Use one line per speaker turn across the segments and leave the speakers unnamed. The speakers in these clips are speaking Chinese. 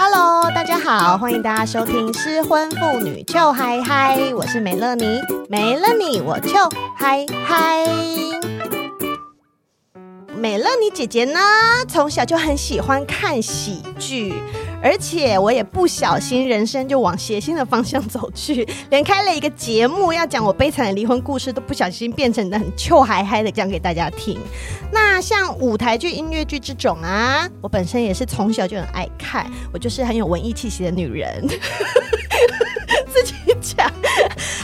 Hello，大家好，欢迎大家收听《失婚妇女就嗨嗨》，我是美乐妮，没了你我就嗨嗨。美乐妮姐姐呢，从小就很喜欢看喜剧。而且我也不小心，人生就往谐星的方向走去， 连开了一个节目要讲我悲惨的离婚故事，都不小心变成很臭嗨嗨的讲给大家听。那像舞台剧、音乐剧这种啊，我本身也是从小就很爱看，我就是很有文艺气息的女人。 自己讲。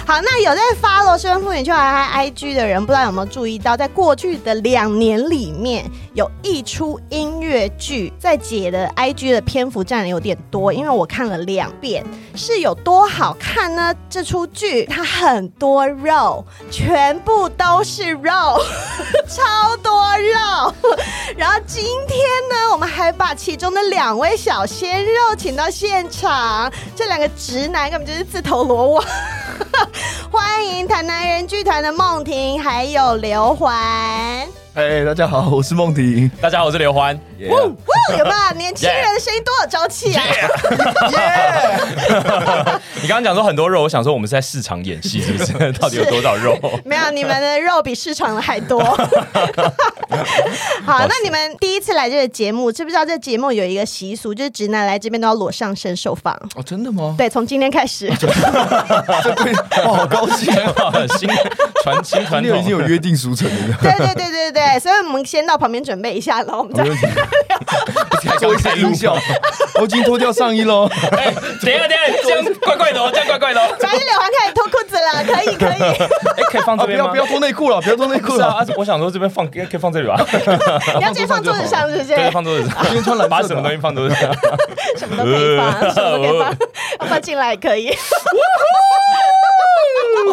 好，那有在 follow 身妇女圈还还 IG 的人，不知道有没有注意到，在过去的两年里面，有一出音乐剧在姐的 IG 的篇幅占的有点多，因为我看了两遍，是有多好看呢？这出剧它很多肉，全部都是肉， 超多肉。然后今天呢，我们还把其中的两位小鲜肉请到现场，这两个直男根本就是自投罗网。欢迎台南人剧团的梦婷，还有刘环。
哎、大家好，我是梦婷。
大家好，我是刘欢。
哇，有吧？年轻人的声音多有朝气啊！
你刚刚讲说很多肉，我想说我们是在市场演戏，是不 是？到底有多少肉？
没有，你们的肉比市场的还多。好，那你们第一次来这个节目，知不知道这节目有一个习俗，就是直男来这边都要裸上身受访？
哦，真的吗？
对，从今天开始。
这对，哇，好高 兴！
很好，新传新传
你有已经
统。
有约定俗成了，
对对对对对，所以我们先到旁边准备一下，然后我们再
没问题。
才
做一些音效，我已经脱掉上衣 啊喽。
哎，等一下，等一下，这样怪怪的哦，这样怪怪的哦。
反正刘涵开始脱裤子了，可以可以，
哎，可以放
啊，不
这边吗？
要不要脱内裤了，不要脱内
不
裤
是
了。
啊，我想说这边放，可以放这里吧？啊
你要直接放桌子上，是不是？
对，放桌子 上。
今天穿蓝
把
色
什
的
么
啊
东，西放桌子上？
什么都可以放，什么都可以放，要放进来也可以。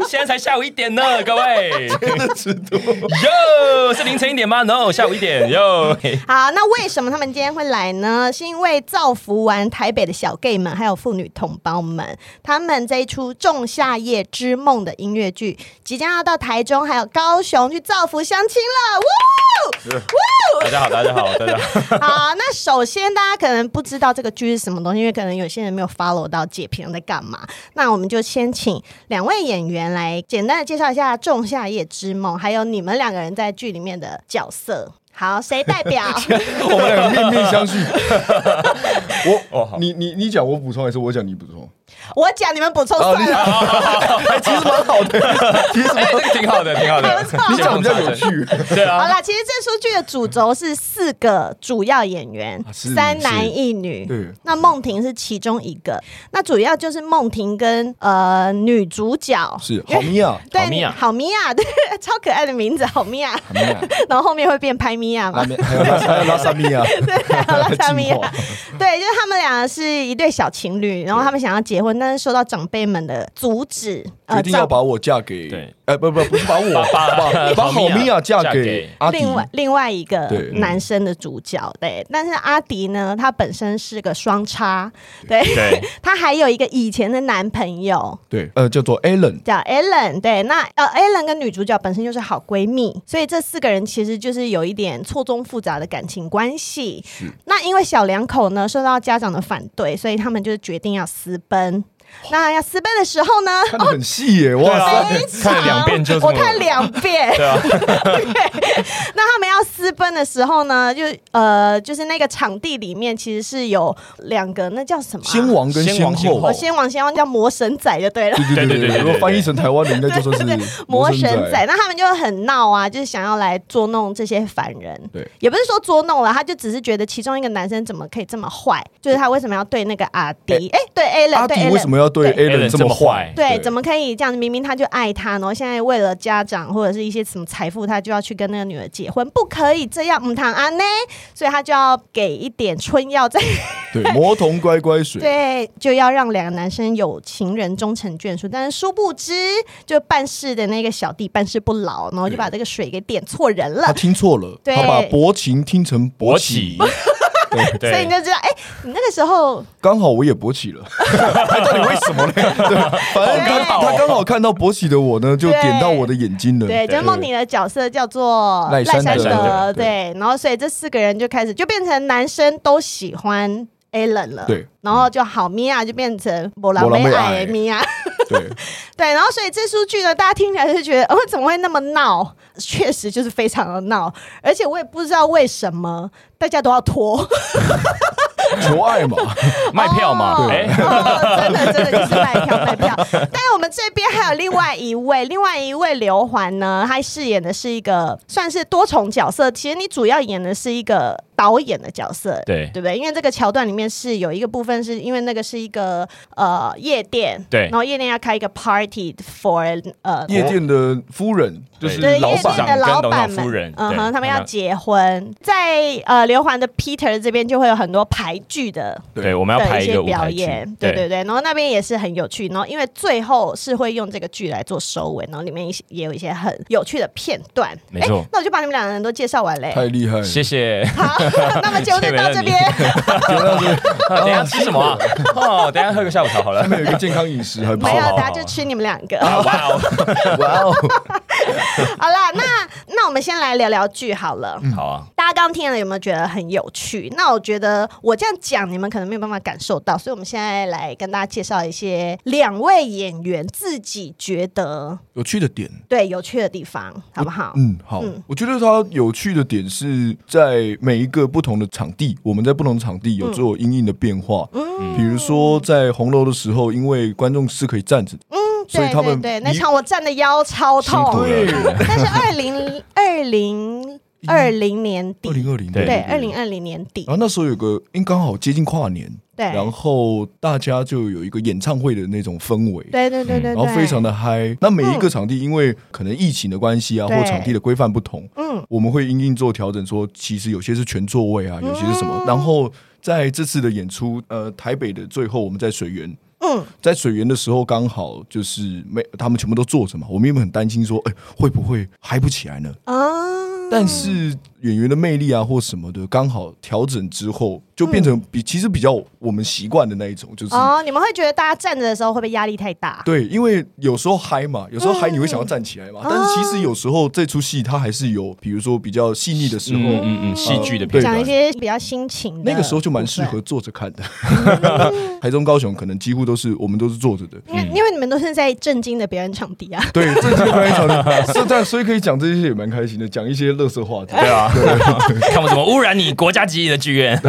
现在才下午一点呢，各 位。
真的尺度。
哟，是凌晨一点吗？No，下午一点。哟，
好，那为什么他们今天会来呢？是因为造福完台北的小 gay 们，还有妇女同胞们，他们这一出《仲夏夜之梦》的音乐剧即将要到台中还有高雄去造福相亲了。哇
大家好，大家好，大 家好。
好，那首先大家可能不知道这个剧是什么东西，因为可能有些人没有 follow 到姐平常在干嘛。那我们就先请两位演员来简单的介绍一下《仲夏夜之梦》，还有你们两个人在剧里面的角色。好，谁代表？
我们两个面面相 觑。我
哦，好。
你你你讲，我补充还是我讲你补充？
我讲，你们补充
哦
算
你
了。
哎，其实蛮好的，其实
哎，这个挺好的，挺好 的。
你讲比较有趣。
对
好
啊，
啦，其实这出剧的主轴是四个主要演员，
啊是
三男一女。
对
那梦婷是其中一个，那主要就是梦婷跟呃女主角
是
因
好
为
咪啊，
对，
好米娅
好米娅， 对，超可爱的名字，好米娅。
好咪啊，
然后后面会变拍米娅
拉
嘛？
面 还有拉还有拉萨咪啊，
对，还有拉莎米啊娅
进 化。
对，就是他们俩是一对小情侣，然后他们想要结婚，但是受到长辈们的阻止。呃
决定要
长
把我嫁给，
对，
哎，不不不是把我，
把
把把好咪啊嫁
嫁
给
给
阿迪，
另外另外一个
对
男生的主角，对，但是阿迪呢，他本身是个双叉，对，
对，
他还有一个以前的男朋友，
对，呃，叫做 Alan，
叫 Ellen，对，那呃，Ellen 跟女主角本身就是好闺蜜，所以这四个人其实就是有一点错综复杂的感情关系。那因为小两口呢受到家长的反对，所以他们就是决定要私奔。那要私奔的时候呢，
看得很细耶，哇塞！
非常
啊看了两遍就这么
我看两 遍。
对啊，
那他们要私奔的时候呢，就呃，就是那个场地里面其实是有两个，那叫什么啊、
先王跟先
先王先
后
哦，，先王先王叫魔神仔就对了。
对
对对对对对
如果翻译成台湾的，应该就说是
魔神仔，那他们就很闹啊，就是想要来捉弄这些凡人。
对，
也不是说捉弄了，他就只是觉得其中一个男生怎么可以这么坏，就是他为什么要对那个阿迪？哎、对 a l
阿
n 对
迪
a l
为什
n
么要对
对
Alan 这
Alan 这
么
么
坏
坏？
对，怎么可以这样？明明他就爱他，然后现在为了家长或者是一些什么财富，他就要去跟那个女儿结婚，不可以这样，嗯，唐安呢？所以他就要给一点春药在
对魔童乖乖水，
对，就要让两个男生有情人终成眷属，但是殊不知，就办事的那个小弟办事不牢，然后就把这个水给点错人
他
了。
听错了，
对
他把薄情听成
勃
勃起，，
起
所以
对
你，就知道，哎、你那个时候
刚好我也勃起了，到底为什么呢？对，反
对
正刚他刚好看到勃起的我呢，就
对
点到我的眼睛了。
对，就是梦婷的角色叫做
赖
赖
山
山
德
德，
对
对，然后所以这四个人就开始就变成男生都喜欢 Allen 了，
对，
然后就好米娅就变成波拉
没
梅
爱
爱米娅，
对，
对，然后所以这出剧呢，大家听起来就觉得，哦，怎么会那么闹？确实就是非常的闹，而且我也不知道为什么大家都要拖，
求爱 嘛，
卖票嘛，
哦
哎、
哦真的 真的就是卖票卖票。但是我们这边还有另外一位，另外一位刘环呢，他饰演的是一个算是多重角色，其实你主要演的是一个导演的角色，
对
对不对？因为这个桥段里面是有一个部分，是因为那个是一个呃夜店，
对
然后夜店要开一个 party for 呃
夜店的夫人就是
对
老
夜店
板
的老板们，
跟董事长夫人
嗯
对
哼，他们
他
要
们
结婚，在呃刘环的 Peter 这边就会有很多排剧的
对
对，我们要
的
排
一
一个
些
舞台
表
剧
演，，对对对，然后那边也是很有趣，然后因为最后是会用这个剧来做收尾，然后里面一些也有一些很有趣的片段，
没错
诶那我就把你们两个人都介绍完嘞。
太厉害了，
谢谢。
好，那么节目就到这 边。
啊等一下吃什么啊？哦，等一下喝个下午茶好了
他。们有一个健康饮食，很不
没
错
有，
好好
大家
好
就吃你们两个。
啊哇哦，
哇哦，
好啦，那那我们先来聊聊剧好了。
好啊，
大家刚刚听了有没有觉得很有趣？那我觉得我这样讲，你们可能没有办法感受到，所以我们现在来跟大家介绍一些两位演员自己觉得
有趣的点。
对有趣的地方，好不好？
嗯，好。我觉得它有趣的点是在每一个不同的场地，我们在不同场地
嗯
有做因应的变化。嗯，比如说在红楼的时候，因为观众是可以站着的，嗯，所以
对
他
对
们
对，那场我站的腰超
辛苦
痛，
了。
但是二零二零二零年
二
底，
零二零
对
对，二零。二零年底
然，后那时候有个，因为刚好接近跨年，
对，
然后大家就有一个演唱会的那种氛围，
对对对对，
嗯然后
对嗯
非常的嗨。那每一个场地，因为可能疫情的关系啊，
对
或场地的规范不同，
嗯，
我们会因应做调整，说其实有些是全座位啊，有些是什么。
嗯
然后在这次的演出，呃，台北的最后我们在水源，
嗯，
在水源的时候刚好就是没他们全部都坐着嘛，我们原本很担心说，哎、会不会嗨不起来呢？
啊，
但是演员的魅力啊，或什么的，刚好调整之后，就
嗯
变成比、其实比较我们习惯的那一种，就是、
哦，你们会觉得大家站着的时候会不会压力太大？
对，因为有时候嗨嘛，有时候嗨你会想要
嗯
站起来嘛，但是其实有时候这出戏它还是有，比如说比较细腻的时候，呃
嗯嗯嗯，戏剧的
对
片
讲
段
一，些比较心情的，
那个时候就蛮适合。坐着看的。 台中、高雄可能几乎都是我们都是坐着的。
因为因为你们都是在震惊的表演场 地啊，
对，这是非常的， 这但所以可以讲这些也蛮开心的，讲一些乐色话题。
对啊，看我怎么污染你国家级的剧院，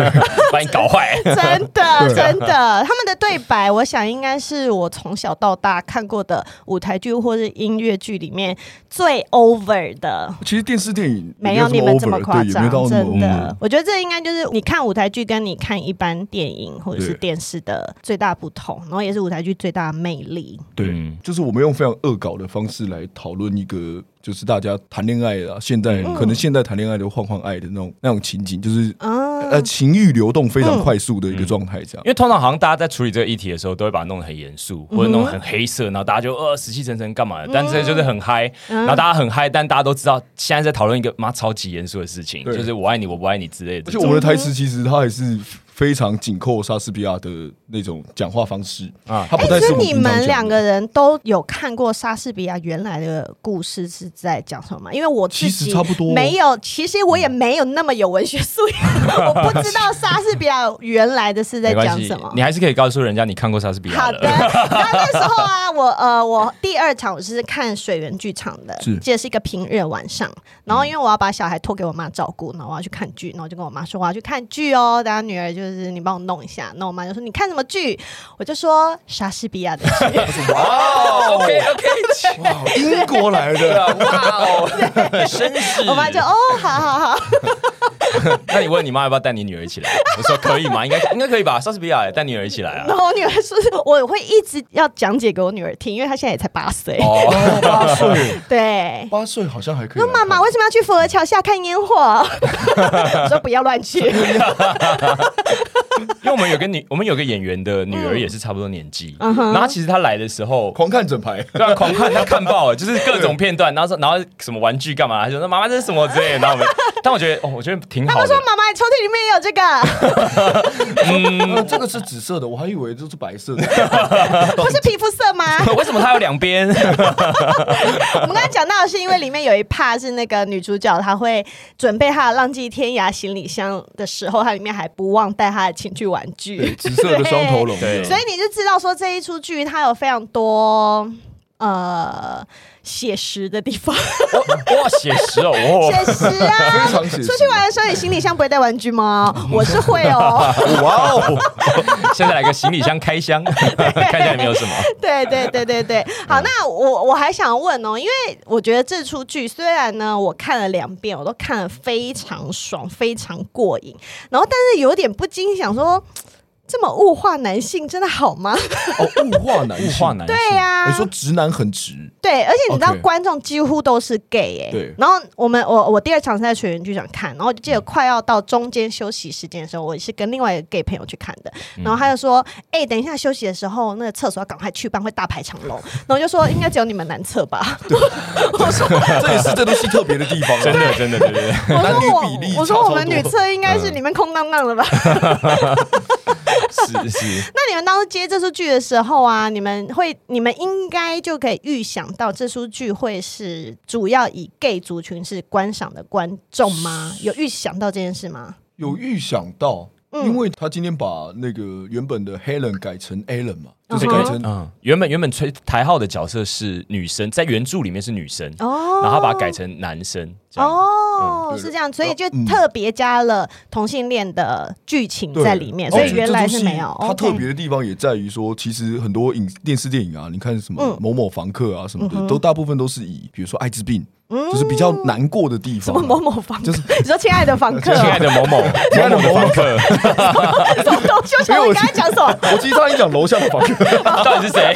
把你搞坏。
真
啊
的真的，他们的对白，我想应该是我从小到大看过的舞台剧或是音乐剧里面最 over 的。
其实电视电影
没有你们这么
over，
夸
对，也没
张
有到，那么
真
嗯 over
的。。我觉得这应该就是你看舞台剧跟你看一般电影或者是
对
电视的最大不同，然后也是舞台剧最大的魅力。
对
嗯，
就是我们用非常恶搞的方式来讨论一个，就是大家谈恋爱啊，现在可能现在谈恋爱都换换爱的那种那种情景，就是
嗯，
呃情欲流动非常快速的一个状态，这样
因。为通常好像大家在处理这个议题的时候，都会把它弄得很严肃，或者弄得很黑色，然后大家就呃死气沉沉干嘛的？但这就是很嗨，然后大家很嗨，但大家都知道现在在讨论一个妈超级严肃的事情，
对
就是我爱你，我不爱你之类的
而且。我们的台词其实它还是非常紧扣莎士比亚的那种讲话方式
啊
啊，它不太
哎所
是我
以你
平常讲
们
的
两个人都有看过莎士比亚原来的故事是在讲什么吗？因为我自己
其实差不多
没有，其实我也没有那么有文学素养， 我不知道莎士比亚原来的是在
没关
讲
系
什么，
你。还是可以告诉人家你看过莎士比亚
好
的
的，。 那那时候啊，我呃，我第二场我是看水源剧场的，
是
记得是一个平日晚上。然后因为我要把小孩托给我妈照顾，然后我要去看剧，然后我就跟我妈说我要去看剧哦，等下女儿就是你帮我弄一下。那我妈就说你看什么剧？我就说莎士比亚的剧。
哇，OK 哦 OK，
哇，英国来的，
哇哦，绅士。
我妈就哦，好好好，
那你问你妈要不要带你女儿一起来？我说可以 吗？应该应该可以吧？莎士比亚带女儿一起来啊
然。后我女儿说，我会一直要讲解给我女儿听，因为她现在也才八岁。
哦，
哦八岁，
对，
八岁好像还可以
说
啊来看。
妈妈为什么要去佛桥下看烟火？ 我说不要乱去。
因为我们有个女，我们有个演员的女儿也是差不多年纪，
嗯
然后她其实她来的时候。
狂看整排，
嗯对啊，狂看她看爆了，就是各种片段，然后说，然后什么玩具干嘛，她就说妈妈这是什么之类的，然后我们，但我觉得哦，我觉得挺
刚
好
刚
的
说。妈妈，你抽屉里面也有这个，
呃这个是紫色的，我还以为这是白色的。
不是皮肤色 吗？
为什么它有两 边？
我们刚才讲到的是，因为里面有一趴是那个女主角，她会准备她的浪迹天涯行李箱的时候，她里面还不忘带她的情趣玩具，
紫色的双头龙，
对
所以你就知道说这一出剧它有非常多呃写实的地方，
哇，写实哦！ 哇，
写实 啊。
非常写实
出去玩的时候，你行李箱不会带玩具 吗？我是会哦。
哇哦！
现在来个行李箱开 箱，看一下里面有什么。
对对对对对，好，那我我还想问哦，因为我觉得这出剧虽然呢，我看了两遍，我都看得非常爽，非常过瘾，然后但是有点不禁想说，这么物化男性真的好吗？
哦，物化男性，
物化男性，
对呀、
你说直男很直，
对，而且你知道
OK
观众几乎都是 gay 哎、
对嗯
然后我们我我第二场是在水源剧场看，然后我就记得快要到中间休息时间的时候，我是跟另外一个 gay 朋友去看的，
嗯
然后他就说：“哎、等一下休息的时候，那个厕所要赶快去，不然会大排长 龙。”然后我就说：“应该只有你们男厕吧？”我说：“
这也是这东西特别的地 方啊。
真的真的对对对。
我
男女
说
比例
我我说
差
我们
超多嗯
女厕应该是你们空荡荡的吧？
是是，
那你们当时接这出剧的时候啊，你们会你们应该就可以预想到这出剧会是主要以 gay 族群是观赏的观众吗？有预想到这件事吗？
有预想到，
嗯
因为他今天把那个原本的 Helen 改成 Alan 嘛，
嗯哼
就是改成
嗯，原本原本吹台号的角色是女生，在原著里面是女生，
哦
然后他把它改成男生，这样
哦，
嗯
是这样，所以就特别加了同性恋的剧情
对哦
在里面，所以原来是没有。
它
OK
特别的地方也在于说，其实很多影电视电影啊，你看什么
嗯
某某房客啊什么的，都大部分都是以比如说艾滋病，就是比较难过的地
嗯什
方
么
啊。
某某房客，
就是
你说亲爱的房客
亲爱
哦，
的某某，
亲
某
爱的
某的
某某
房客，
我就想你刚才讲什么？
我其实差点讲楼下的房 客，
到底是谁？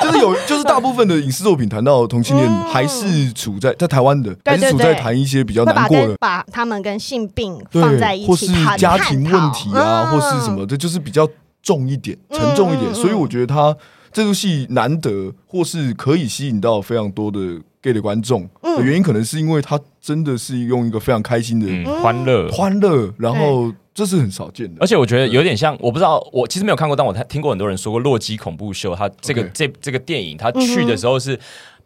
就是有，就是大部分的影视作品谈到同性恋，
嗯
还是处在在台湾的，还是处在谈一些比较
会把
难过
跟
的，
把他们跟性病放在一
对，
起，
或是
探嗯
家庭问题啊，
探
或
讨
是什么，这就是比较重一点、沉重一
嗯嗯
点。
嗯
所以我觉得他这部戏难得，或是可以吸引到非常多的 gay 的观众的
嗯
原因，可能是因为他真的是用一个非常开心的
嗯，欢乐。
欢乐，然后这是很少见的
而。且我觉
嗯
得有点像，我不知道，我其实没有看过，但我听过很多人说过《洛基恐怖秀》，它这个
嗯
OK
这这个电影，它去的时候是。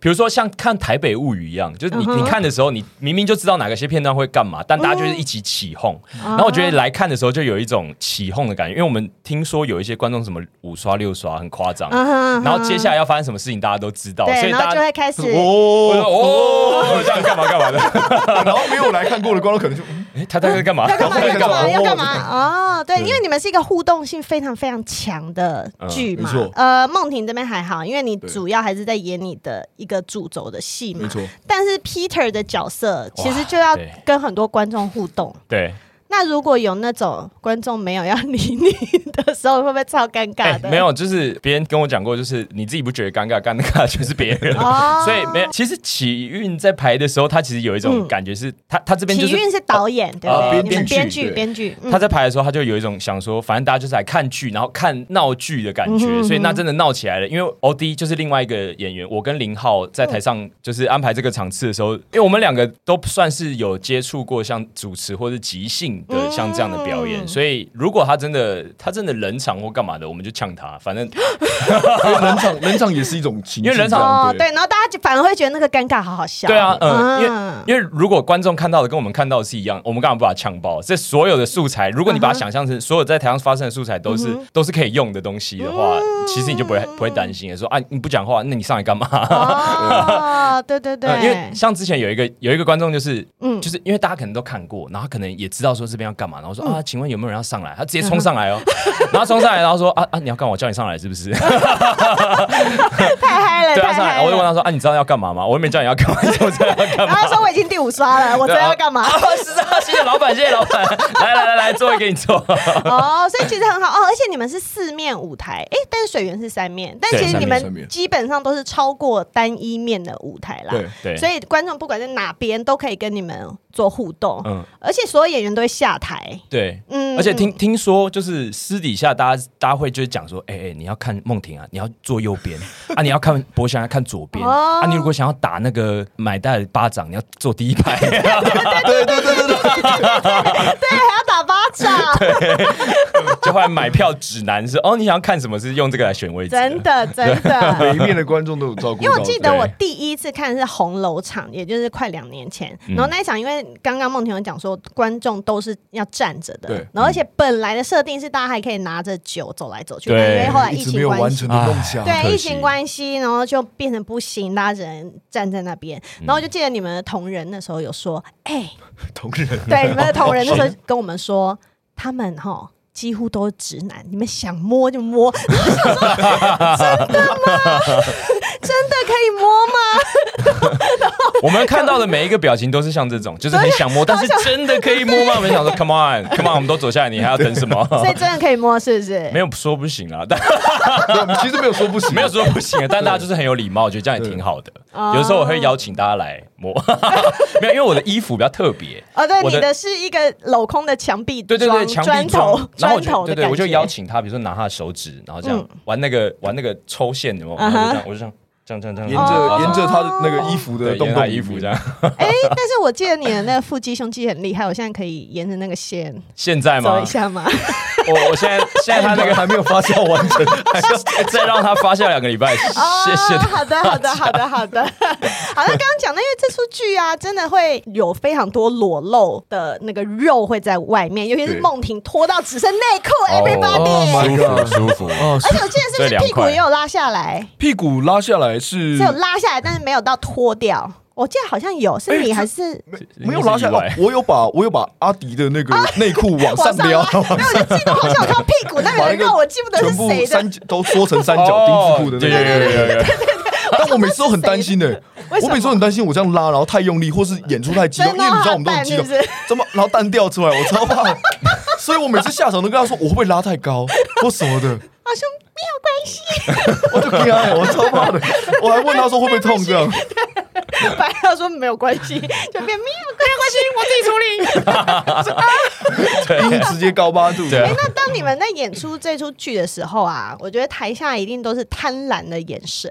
比如说像看《台北物语》一样，就是
嗯
你、你看的时候，你明明就知道哪个些片段会干嘛，但大家就是一起起哄。
嗯
然后我觉得来看的时候就有一种起哄的感觉，因为我们听说有一些观众什么五刷六刷很夸张，
嗯哼嗯哼
然后接下来要发生什么事情大家都知道，所
对，
以
然后
大
就
家
会 开始。
我就
哦，
哦这样干嘛干 嘛的，
然后没有来看过的观众可能就嗯
诶他 他在干嘛？
要干嘛？
然后
要
就
干嘛？
开始
要干
哦
嘛？哦，对，
对
因为你们是一个互动性非常非常强的剧嘛
嗯没错。
呃，梦婷这边还好，因为你
对
主要还是在演你的一个主轴的戏嘛
没。错。
但是 Peter 的角色其实就要
对
跟很多观众互动。
对，
那如果有那种观众没有要理你的时候，会不会超尴
哎，
尬的？
没有，就是别人跟我讲过，就是你自己不觉得尴尬，尴尬就是别人。
哦
所以没有，其实起运在排的时候，他其实有一种感觉是，他他这边就
体
是。
运是导演，对不
啊
对？你们编
编
剧，
剧
编剧，嗯
他在排的时候，他就有一种想说，反正大家就是来看剧，然后看闹剧的感觉，
嗯哼
所以那真的闹起来了。因为 O D 就是另外一个演员，我跟林浩在
嗯
台上就是安排这个场次的时候，因为我们两个都算是有接触过像主持或是即兴的
嗯
像这样的表演，所以如果他真的他真的冷场或干嘛的，我们就呛他，反正
因为冷场，冷场也是一种情绪，
因为冷场
哦，
对
对，然后大家就反而会觉得那个尴尬好好笑。
对啊，嗯，
嗯
因为因为如果观众看到的跟我们看到的是一样，我们干嘛不把它呛爆？这所有的素材，如果你把它想象成所有在台上发生的素材都是都是可以用的东西的话，其实你就不会不会担心说啊，你不讲话，那你上来干嘛？
哦，对对对，
呃因为像之前有一个有一个观众就是，
嗯
就是因为大家可能都看过，然后他可能也知道说这边要干嘛，然后说、啊，请问有没有人要上来？他直接冲上来哦， 然后冲上来，然后说啊啊，你要干嘛？我叫你上来是不 是？
太嗨了，
对
太
啊，上来，
嗨
我就问
了。
他说啊，你知道要干嘛吗？我又没叫你要干嘛，你怎么知道要干嘛？
然后他说我已经第五刷了，我知道要干嘛
是啊，谢谢老板，谢谢老板。来来来来，座位给你坐。
哦，所以其实很好哦，而且你们是四面舞台，哎，但是水源是三面，但
对
其实你
三面三
们
面
基本上都是超过单一面的舞台哦啦，
对
对
所以观众不管在哪边都可以跟你们做互动，
嗯
而且所有演员都会下台。
对，
嗯
而且听听说就是私底下大家大家会就是讲说，哎、哎、你要看梦婷啊，你要坐右边 啊，你要看博翔要看左边、
哦
啊，你如果想要打那个买带的巴掌，你要坐第一排。
对对对对对，
对，还要打巴掌，
就后来买票指南是哦，你想要看什么是用这个来选位置。
真的真的。
每一面的观众都有照顾到。
因为我记得
对
我第一次看的是红楼场，也就是快两年前。
嗯
然后那一场，因为刚刚梦婷有讲说，观众都是要站着的
对，
然后而且本来的设定是大家还可以拿着酒走来走去，
对
但因为后来疫
一直没
情
有完
关系啊
成，的梦想。
很可
对
惜
疫情关系，然后就变成不行，大家只能站在那边。
嗯
然后我就记得你们的同仁那时候有说，哎、
同人
对你们的同仁那时候跟我们说，他们哈几乎都是直男，你们想摸就摸。 然后我想说，真的吗？ 真的可以摸吗？
我们看到的每一个表情都是像 这种，就是很想摸，但是真的可以摸吗？我们想说，Come on，Come on，我们都走下来，你还要等什么？
所以真的可以摸，是不是？
没有说不行啊，但
对我们其实 没有说不行，
没有说不行啊，但大家就是很有礼貌，我觉得这样也挺好的。
哦
有的时候我会邀请大家来摸， 没有，因为我的衣服比较特 别。
哦，对，
我的
你的是一个镂空的墙壁
对
砖，
对对，墙
砖
壁
头
窗，然后我
砖
就
头
对
的
对，
感
我就
觉。
邀请他，比如说拿他的手指，然后这样
嗯
玩那个玩那个抽线，有没有？然
嗯哼
后就这样，我就这样这样这样这样，啊
沿
哦
着沿着他的那个衣服的
对
洞
哦沿
洞
他
里
衣服
面
这样。。
哎，但是我记得你的那个腹肌、胸肌很厉害，我现在可以沿着那个 线
现在
走
吗
一？下吗？
我我现在现在他那个
还没有发酵完成，
再让他发酵两个礼拜，
哦
谢谢他。
好的，好的，好的，好的，好像刚刚讲的，因为这出剧啊，真的会有非常多裸露的那个肉会在外面，尤其是
对
梦婷脱到只剩内裤
哦
，everybody。
my
舒
God
服舒服，
哦，
而且我记得是不
最
是
凉
屁股
快
也有拉下来，
屁股拉下来
嗯
是
是有拉下来，但是没有到脱掉。我记得好像有，是
哎
你还是
没有拉下
意外
来，哦我有把我有把阿迪的那个内裤往
往
上
上
撩
拉，没有，啊 我就记得好像有看到屁股那边
把那
的
个
肉，我记不得是
全部
谁的
三。角都缩成三角丁字裤的
哦对
那
对
个。
对对对，
但我每次都很担心的，
为什
我
么
每次都很担心我这样拉，然后太用力，或是演出太激动，
真
因
的啊
为你知道我们都很激动
很淡是不，
怎么然后蛋掉出来，我超怕。 所以我每次下场都跟他说，我会不会拉太高 或什么的，
好像没有关系，
我就给他，我超怕的。我还问他说会不会痛这样。
白要说没有关系，就变没有没有关系，我自己处理。
音直接高八度。
对
哎，那当你们在演出这出剧的时候啊，我觉得台下一定都是贪婪的眼神。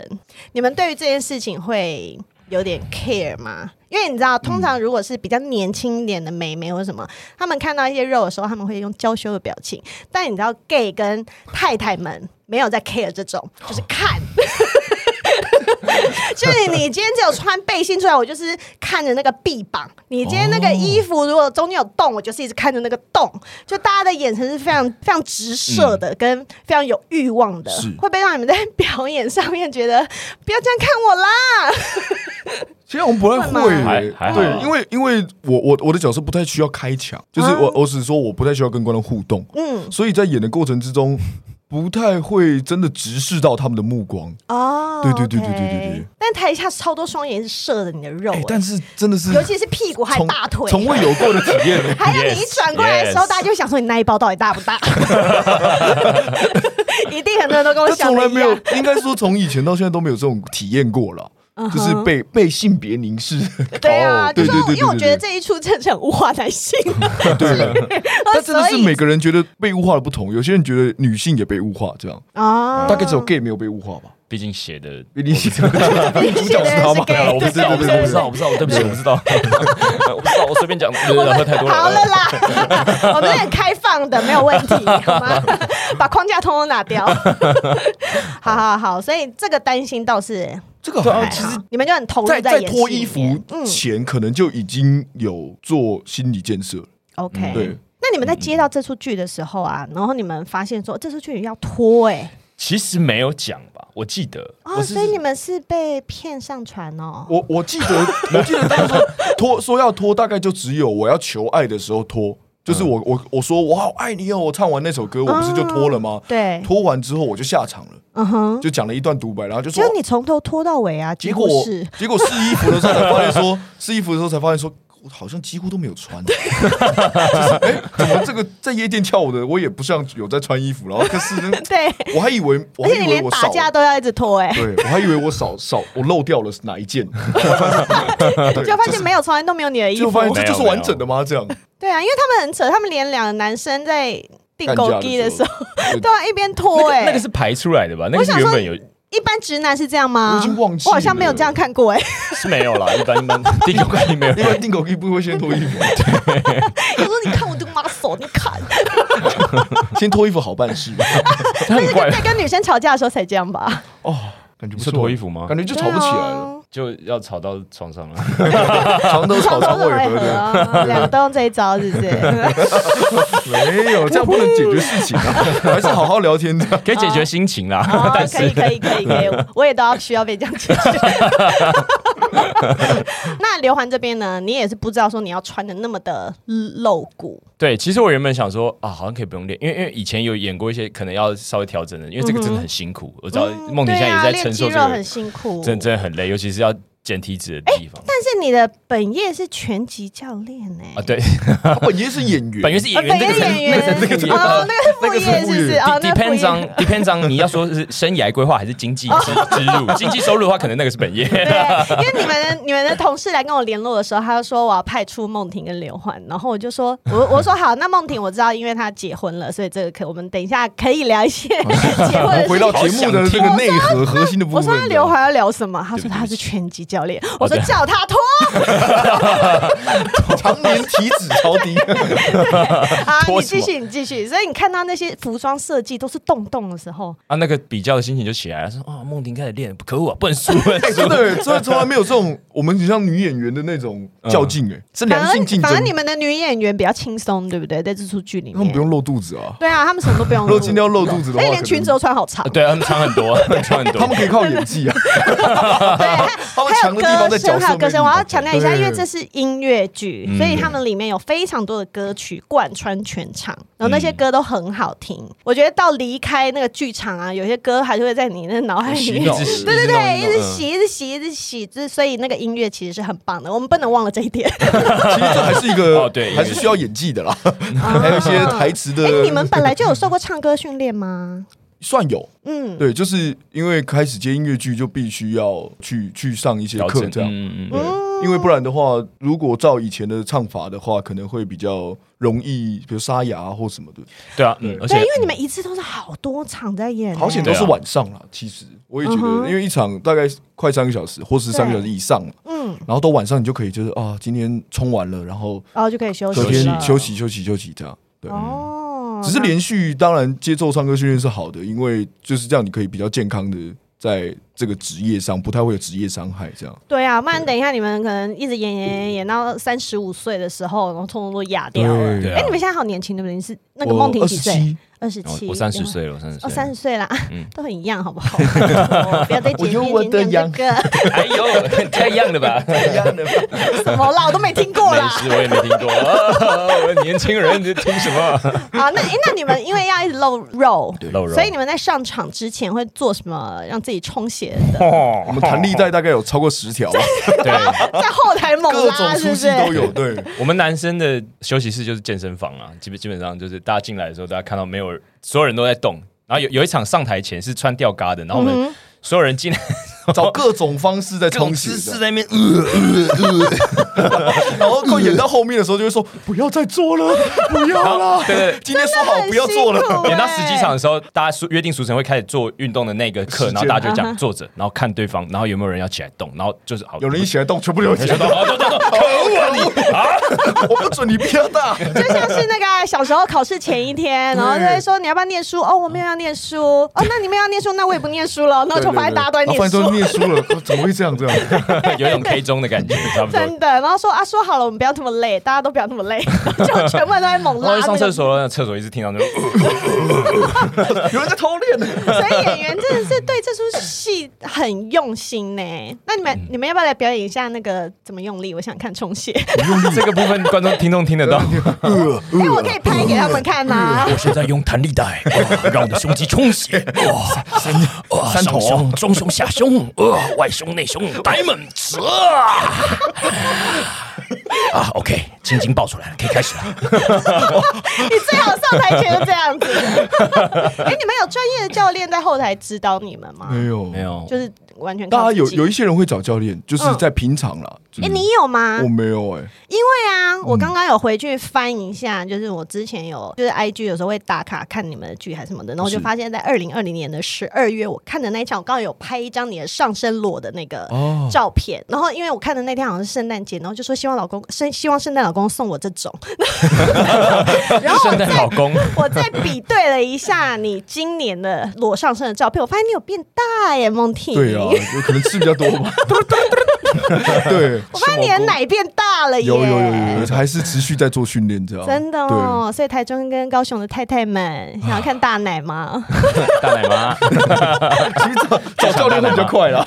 你们对于这件事情会有点 care 吗？因为你知道，通常如果是比较年轻一点的美眉或什么，他们看到一些肉的时候，他们会用娇羞的表情。但你知道，gay 跟太太们没有在 care 这种，就是看。 就是你今天只有穿背心出来，我就是看着那个臂膀；你今天那个衣服如果中间有洞，我就是一直看着那个洞。就大家的眼神是非常非常直射的，跟非常有欲望的
是，
会不会让你们在表演上面觉得不要这样看我啦？
其实我们不太会
会吗
耶
还还，好
对，因为因为我我我的角色不太需要开抢，就是
啊
我我只是说我不太需要跟观众互动，
嗯，
所以在演的过程之中，不太会真的直视到他们的目光。
哦，
对对对对对
OK
对对。
但台下超多双眼是射着你的肉、
哎
欸，
但是真的是
尤其是屁股还有
从
大腿，。
从未有过的体验 耶
还有你一
Yes,
转过来的时候，
yes
大家就想说你那一包到底大不 大？一定很多人都跟 我
他
想
从来
的一
没有
样。，
应该说从以前到现在都没有这种体验过了，就是被被性别凝视。
嗯 对啊，
哦
就
对
是
对对对
因为我觉得
对
这一出真的是很物化男性，
对， 但真的是每个人觉得被物化的不同，有些人觉得女性也被物化，这样
啊，
大概只有 gay 没有被物化吧。
毕竟写的。
因为你想主角是他吗？
对
我不知 道，我不
对
知
对
道，我不知道，我不知道，我对不起，我不知道，我不知道，我随便讲，对对对，喝太多
好了
了。
啦， 我们是很开放的，没有问 题，好吗？把框架通通拿掉。好好好，所以这个担心倒是
这个
还
好
好
像啊哦其实
你们就很啊投入
在在
演戏
脱衣
里
服
面嗯
前，可能就已经有做心理建设了。
，OK，
嗯对。
那你们在接到这出剧的时候啊，然后你们发现说这出剧要脱哎、
其实没有讲吧，我记得，
哦，
我是
所以你们是被骗上船哦。
我我记得 我记得当时脱说要脱，大概就只有我要求爱的时候脱，就是我我我说我好爱你哦，我唱完那首歌，我不是就脱了吗？
啊对，
脱完之后我就下场了，
嗯哼，
就讲了一段独白，然后就
就
说
你从头脱到尾啊，
结
几
果
乎是
结果试衣服的时候才发现说， 试衣服的时候才发现说，我好像几乎都没有穿。啊就是哎，怎么这个在夜店跳舞的，我也不像有在穿衣服，然后可是呢，
对，
我还以为我
而且
还以
你
为
连
我
打
少
架
了，
都要一直脱哎、
对我还以为我少 少我漏掉了 哪一件，
就发现没有，从来都没有你的衣
就
服
发。现
没
这
有
就是完整的吗？这样
对啊，因为他们很扯，他们连两个男生在订狗机的时候，
对
对啊，一边
那
拖
个
哎、
那个是排出来的吧？那个是
我想
原
说
本有
一般直男是这样吗？
我已经忘记
我好像没有
了
这样看过哎、
是没有啦，一般一 般第六关没有
因为订狗一不会先脱衣 服，
我说你看我的 muscle，你看，
先脱衣服好办事吧？
他很怪，
在跟女生吵架的时候才这样吧？
哦，感觉不
是
错
脱衣服吗
感觉就吵不起来了，
就要吵到床上了。
床头
对啊。
吵
床
床
头
尾
会
和
合
的，
啊，两个都用这一招，是不是？
没有这样不能解决事情啊，还是好好聊天的。
可以解决心情啦，
哦
但
可以
是
可以可以可以，我也都要需要被这样解决。那刘环这边呢，你也是不知道说你要穿的那么的露骨，
对，其实我原本想说啊，好像可以不用练，因为因为以前有演过一些可能要稍微调整的，因为这个真的很辛苦。我知道
嗯
梦婷现在也在
对啊
承受
练肌
这
肉
个，
很辛苦。哎
真真的很累，尤其是要减体脂的地方
但是你的本业是拳击教练哎
啊。，对，
他本爷是演员，
本源是演
啊
员，
本
这
业
个才
演员
那 个才这个
哦，那个
那
副
个是
业是
副
不
业
是？哦，那个副
depends
业
on。depends on 你要说是生涯规划还是经济支
哦
支入，经济收入的话，可能那个是本业。
对，因为你们的你们的同事来跟我联络的时候，他就说我要派出梦婷跟刘欢，然后我就说，我我说好，那梦婷我知道，因为她结婚了，所以这个可我们等一下可以聊一些结
我
婚
们
的事
回到
情。
节目的这个内核核心的部
我
分。
说那刘欢要聊什么？他
对
说
不起
他是拳击教练，我说
对
叫他脱
常年体脂超 低，
啊！
脱
你继
什么
续，你继续。所以你看到那些服装设计都是洞洞的时候，
啊，那个比较的心情就起来了，说啊，梦婷开始练，可恶啊，不能输， 不能输
真的，真的从来没有这种我们很像女演员的那种
嗯
较劲，哎，是
反
良
而
性竞
反而你
争，
们的女演员比较轻松，对不对？在这出剧里
他们
面
不，用露肚子啊。
对啊，他们什么都 不用
如
录，
果今天要露肚子的
而
话，
且连裙子都穿好长
啊，对他们差很多，差很
可能他
多
们。可以靠演 技啊，
对，
他们
还
强
有
的地方在
歌声，还
角色
有歌
魅力
声，我要强调一下，
对
因为这是音乐剧，
嗯
所以他们里面有非常多的歌曲贯穿全场，然后那
嗯
些歌都很好听。我觉得到离开那个剧场啊，有些歌还是会在你的脑海里
洗
哦
面
脑，。对
对对对，一直洗，
嗯
一直洗，一直洗，就是所以那个音乐其实是很棒的，我们不能忘了这一点。
其实这还是一个，
哦对
还是需要演技的 啦，
还
还有一些台词的
啊 哎，，你们本来就有受过唱歌训练吗？
算有，
嗯，
对，就是因为开始接音乐剧就必须要去去上一些
调
课
整，
这样，
嗯嗯嗯，
对，因为不然的话，如果照以前的唱法的话，可能会比较容易，比如沙哑啊或什么的。
对啊，嗯，而且
对，因为你们一次都是好多场在演，
好险
哎
都是晚上啦，其实我也觉
嗯哼
得，因为一场大概快三个小时，或是三个小时以上了，
嗯，
然后到晚上你就可以就是啊，今天冲完了，然后
然后就可以休息
隔
了
天休息休息休息这样。对，
嗯
哦，
只是
那
连续当然接受唱歌训练是好的，因为就是这样你可以比较健康的在这个职业上不太会有职业伤害这样。
对啊，不然等一下你们可能一直演演演演到三十五岁的时候，然后通通都哑掉了。
对
哎、
啊
你们现在好年轻，对不对？你是那个
我
梦婷
二
几
十
岁？
七，
二十七，
哦我三十。岁了，我三十
哦，三十
岁，
岁啦，
嗯
都很一样，好不 好？哦不要再
我
解
有我
释
的
年龄这个
哎呦，太一样了吧？
一样的吧？
什么啦，我都没听过
美
啦。
食我也没听过，哦我年轻人你听 什么？
啊，那哎，那你们因为要一直露肉，
露肉，
所以你们在上场之前会做什么让自己充血的？
我
我
们弹力带大概有超过十条，啊
对，
在后台猛
各
拉，
种
是
粗
不
细
是？
都有。对，
我们男生的休息室就是健身房啊，基本基本上就是大家进来的时候，大家看到没有所有人都在动，然后有有一场上台前是穿吊嘎的，然后我
嗯
们所有人进来
找各种方式在
各种
充
姿
实这样，
势在那边，
然后快演到后面的时候就会说不要再做了，不要了，
对对对
今天说 好不要
真
做
的很辛
了
苦。欸
演到十几场的时候，大家说约定俗成会开始做运动的那个课，
时间
然后大家就
啊哈
讲坐着，然后看对方，然后有没有人要起来动，然后就是好
有人一起来动，全部留起来。
好动动动，可恶啊你！
我不准你变大。
就像是那个啊 小时候考试前一天，然后就会说你要不要念书？哦，我没有要念书。哦，那你们要念书，那我也不念书了。然后就发现大家都在
对
念
对对啊发现
书，
念书了，怎么会这样这样？
有一种 K 中的感觉，差不 多。
真的。然后说啊，说好了，我们不要这么累，大家都不要那么累， 就全部人都在猛
然
拉
后去
那
上
个
厕。所，厕所一直听到那种，
有人在偷练呢。
所以演员真的是对这出戏很用心呢。那你
嗯
们你们要不要来表演一下那个怎么用力？我想看重写，
这个部分观众听众听得到。
呃
哎，我可以拍给他们看 呐。
我现在用弹力 带、哦让我的胸肌充血，哇、哦， 三头胸、中胸、下胸，哇、外胸、内胸，diamond 折 啊啊，OK，青筋爆出来了，可以开始了。
你最好上台前就这样子。 哎，你们有专业的教练在后台指导你们吗？
没有
没有，
就是完全
嗯大
靠
家
自
有
己
有一些人会找教练，就是
嗯
在平常啦。就
哎、
是
你有吗？
我没有哎、
因为啊，我刚刚有回去翻一下，就是我之前有就是 IG 有时候会打卡看你们的剧还是什么的，然后我就是发现，在二零二零年的十二月，我看的那一场，我刚好有拍一张你的上身裸的那个
哦，
照片，然后因为我看的那天好像是圣诞节，然后就说希望老公圣希望圣诞老公送我这种，然后我
圣诞老公，
我再比对了一下你今年的裸上身的照片，我发现你有变大耶，孟婷。
对啊，有可能吃比较多吧。对，
我发现你的奶变大了耶，
有有有有，还是持续在做训练这样。
哎真的哦。所以台中跟高雄的太太们想要看大奶吗？
大奶妈，
对，其实找找教练会比较快啦。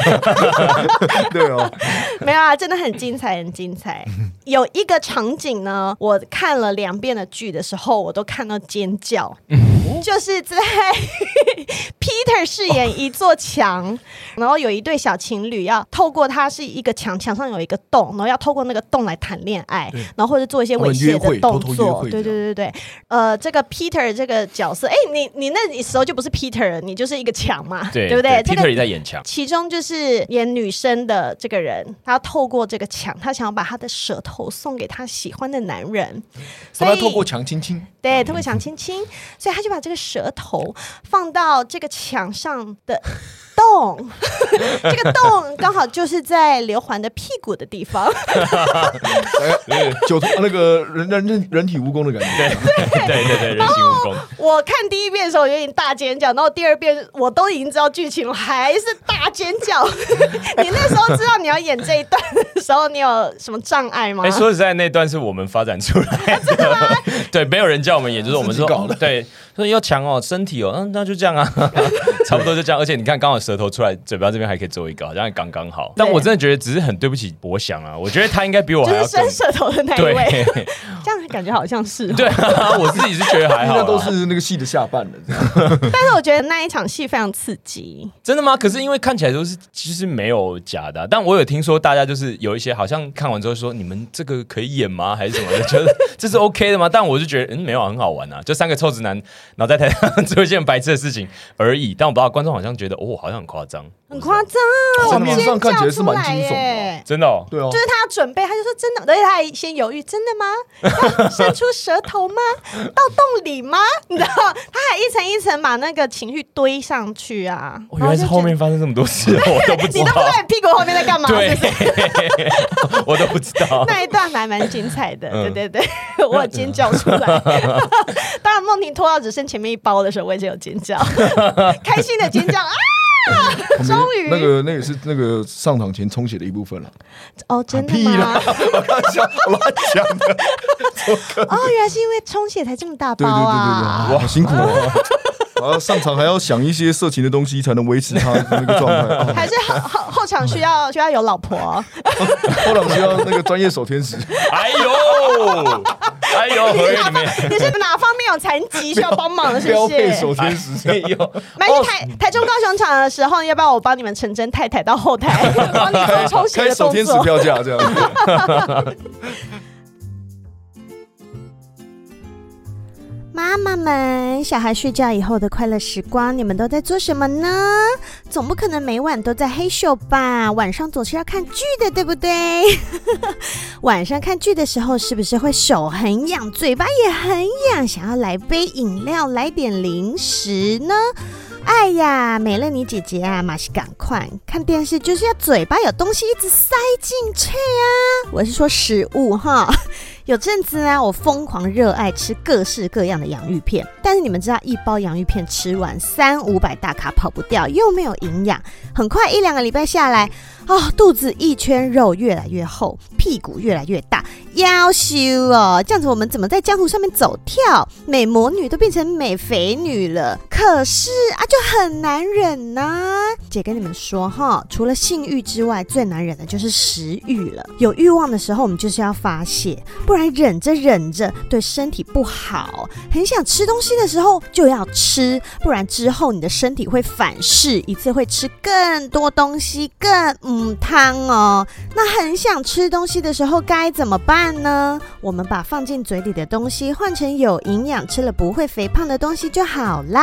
对啊，
没有啊，真的很精彩，很精 彩。有一个场景呢，我看了两遍的剧的时候，我都看到尖叫，
嗯
就是在 Peter 饰演一座墙，然后有一对小情侣要透过它是一个墙，墙上有一个洞，然后要透过那个洞来谈恋爱，然后或者做一些猥亵
他们
的
约会偷
动
偷
作。
约会
对
这
对对对，呃，这个 Peter 这个角色，哎，你你那时候就不是 Peter，了你就是一个墙嘛，
对
不对？这个
？Peter 也在演强，
其中就是演女生的这个人，她透过这个墙，她想要把她的舌头送给她喜欢的男人，
他
所
们
以
要透过强亲亲，
对透过墙亲亲，所以她就把这个舌头放到这个墙上的洞，这个洞刚好就是在刘环的屁股的地方，
哎九头那个人人人人体蜈蚣的感觉。
对对对，人形蜈蚣，
我看第一遍的时候我有点大尖叫，然后第二遍我都已经知道剧情了，还是大尖叫。 你那时候知道你要演这一段的时候，你有什么障碍吗？
哎、说实在，那段是我们发展出 来的， 对，没有人叫我们演，就是我们
自己
说哦
搞的，
对，说要强哦，身体哦，嗯，那就这样啊， 差不多就这样。而且你看，刚好舌头出来，嘴巴这边还可以做一个，好像刚刚好。但我真的觉得只是很对不起博翔啊，我觉得他应该比我还
就
要
是
更
伸舌头的那一位，
对
这样感觉好像是哦、
对啊，我自己是觉得还 好
那
啦，
都是那个戏的下半了，这样
但是我觉得那一场戏非常刺激，
真的吗？可是因为看起来都是其实没有假的啊、但我有听说大家就是有一些好像看完之后说你们这个可以演吗？还是什么的？觉 得这是 OK 的吗？但我就觉得嗯没有啊很好玩啊，就三个臭直男然后在台上做一件白痴的事情而已。但我不知道观众好像觉得哦好像很夸张，
很夸张，
画
我
面
尖
上看起
叫
来是
出
蛮
来
惊悚的
耶！
真的哦。
对啊
就，是他要准备，他就说真的，而且他还先犹豫，真的吗？ 要伸出舌头吗？到洞里吗？ 你知道，他还一层一层把那个情绪堆上去啊。
哦
然
原
后就
来
是觉得
后面发生这么多事，我都不知
你都不知
道
道。你屁股后面在干嘛，是
对
不是？，
我都不知道。
那一段还蛮精彩的，
嗯
对对对， 我有尖叫出来。 当然，梦婷拖到只剩前面一包的时候，我也是有尖叫， 开心的尖叫啊！
我们
终于
那个那也是那个上场前充血的一部分了。
哦，真的
啊屁
吗
啦？我乱讲，我乱讲的。
哦，原来是因为充血才这么大
对
包
对对对
啊！
对，哇，好辛苦哦。 然后上场还要想一些色情的东西，才能维持他的那个状态。哦
还是后后后场需 要需要有老婆，
后来需要那个专业守 天使，
哎呦，哎呦，合约里面
你是哪方面有残疾需要帮忙的？是
标
不
配哦
是
守？天使这
哎
样。
呦，
买去台台中高雄场的时候，要不要我帮你们陈真太太到后 台帮你做充血
开
的
守
动
天使
作？
票价这样，
妈妈们，小孩睡觉以后的快乐时光，你们都在做什么呢？总不可能每晚都在黑秀吧？晚上总是要看剧的，对不 对？晚上看剧的时候，是不是会手很痒，嘴巴也很痒，想要来杯饮料，来点零食呢？哎呀，美乐妮姐姐啊，马西赶快看电视，就是要嘴巴有东西一直塞进去啊！我是说食物哈。有阵子啊，我疯狂热爱吃各式各样的洋芋片，但是你们知道，一包洋芋片吃完三五百大卡跑不掉，又没有营养，很快一两个礼拜下来，哦，肚子一圈肉越来越厚，屁股越来越大，腰修哦，这样子我们怎么在江湖上面走跳？美魔女都变成美肥女了，可是啊，就很难忍呐、姐跟你们说哈，除了性欲之外，最难忍的就是食欲了。有欲望的时候，我们就是要发泄，不然忍着忍着对身体不好。很想吃东西的时候就要吃，不然之后你的身体会反噬，一次会吃更多东西，更嗯汤哦。那很想吃东西的时候该怎么办呢？我们把放进嘴里的东西换成有营养、吃了不会肥胖的东西就好啦。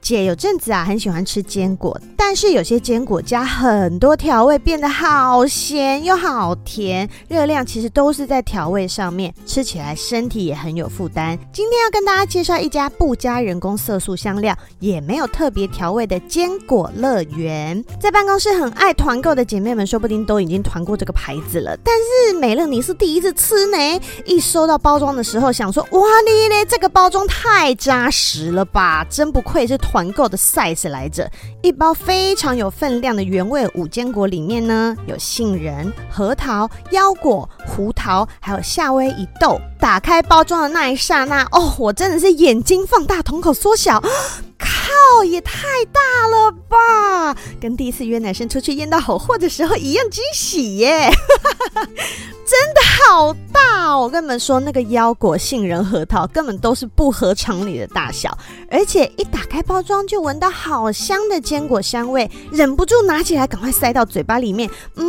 姐有阵子啊，很喜欢吃坚果，但是有些坚果加很多调味，变得好咸又好甜，热量其实都是在调味上面，吃起来身体也很有负担。今天要跟大家介绍一家不加人工色素香料，也没有特别调味的坚果乐园。在办公室很爱团购的姐妹们，说不定都已经团过这个牌子了，但是美乐你是第一次吃呢。一收到包装的时候，想说哇你嘞，这个包装太扎实了吧，真不愧是团购的 size 来着。一包非常有分量的原味五坚果里面呢，有杏仁、核桃、腰果、胡桃，还有夏威夷豆。打开包装的那一刹那，哦，我真的是眼睛放大，瞳孔缩小。靠，也太大了吧！跟第一次约男生出去验到好货的时候一样惊喜耶！ 好大哦！我跟你们说，那个腰果、杏仁、核桃根本都是不合常理的大小，而且一打开包装就闻到好香的坚果香味，忍不住拿起来赶快塞到嘴巴里面。嗯，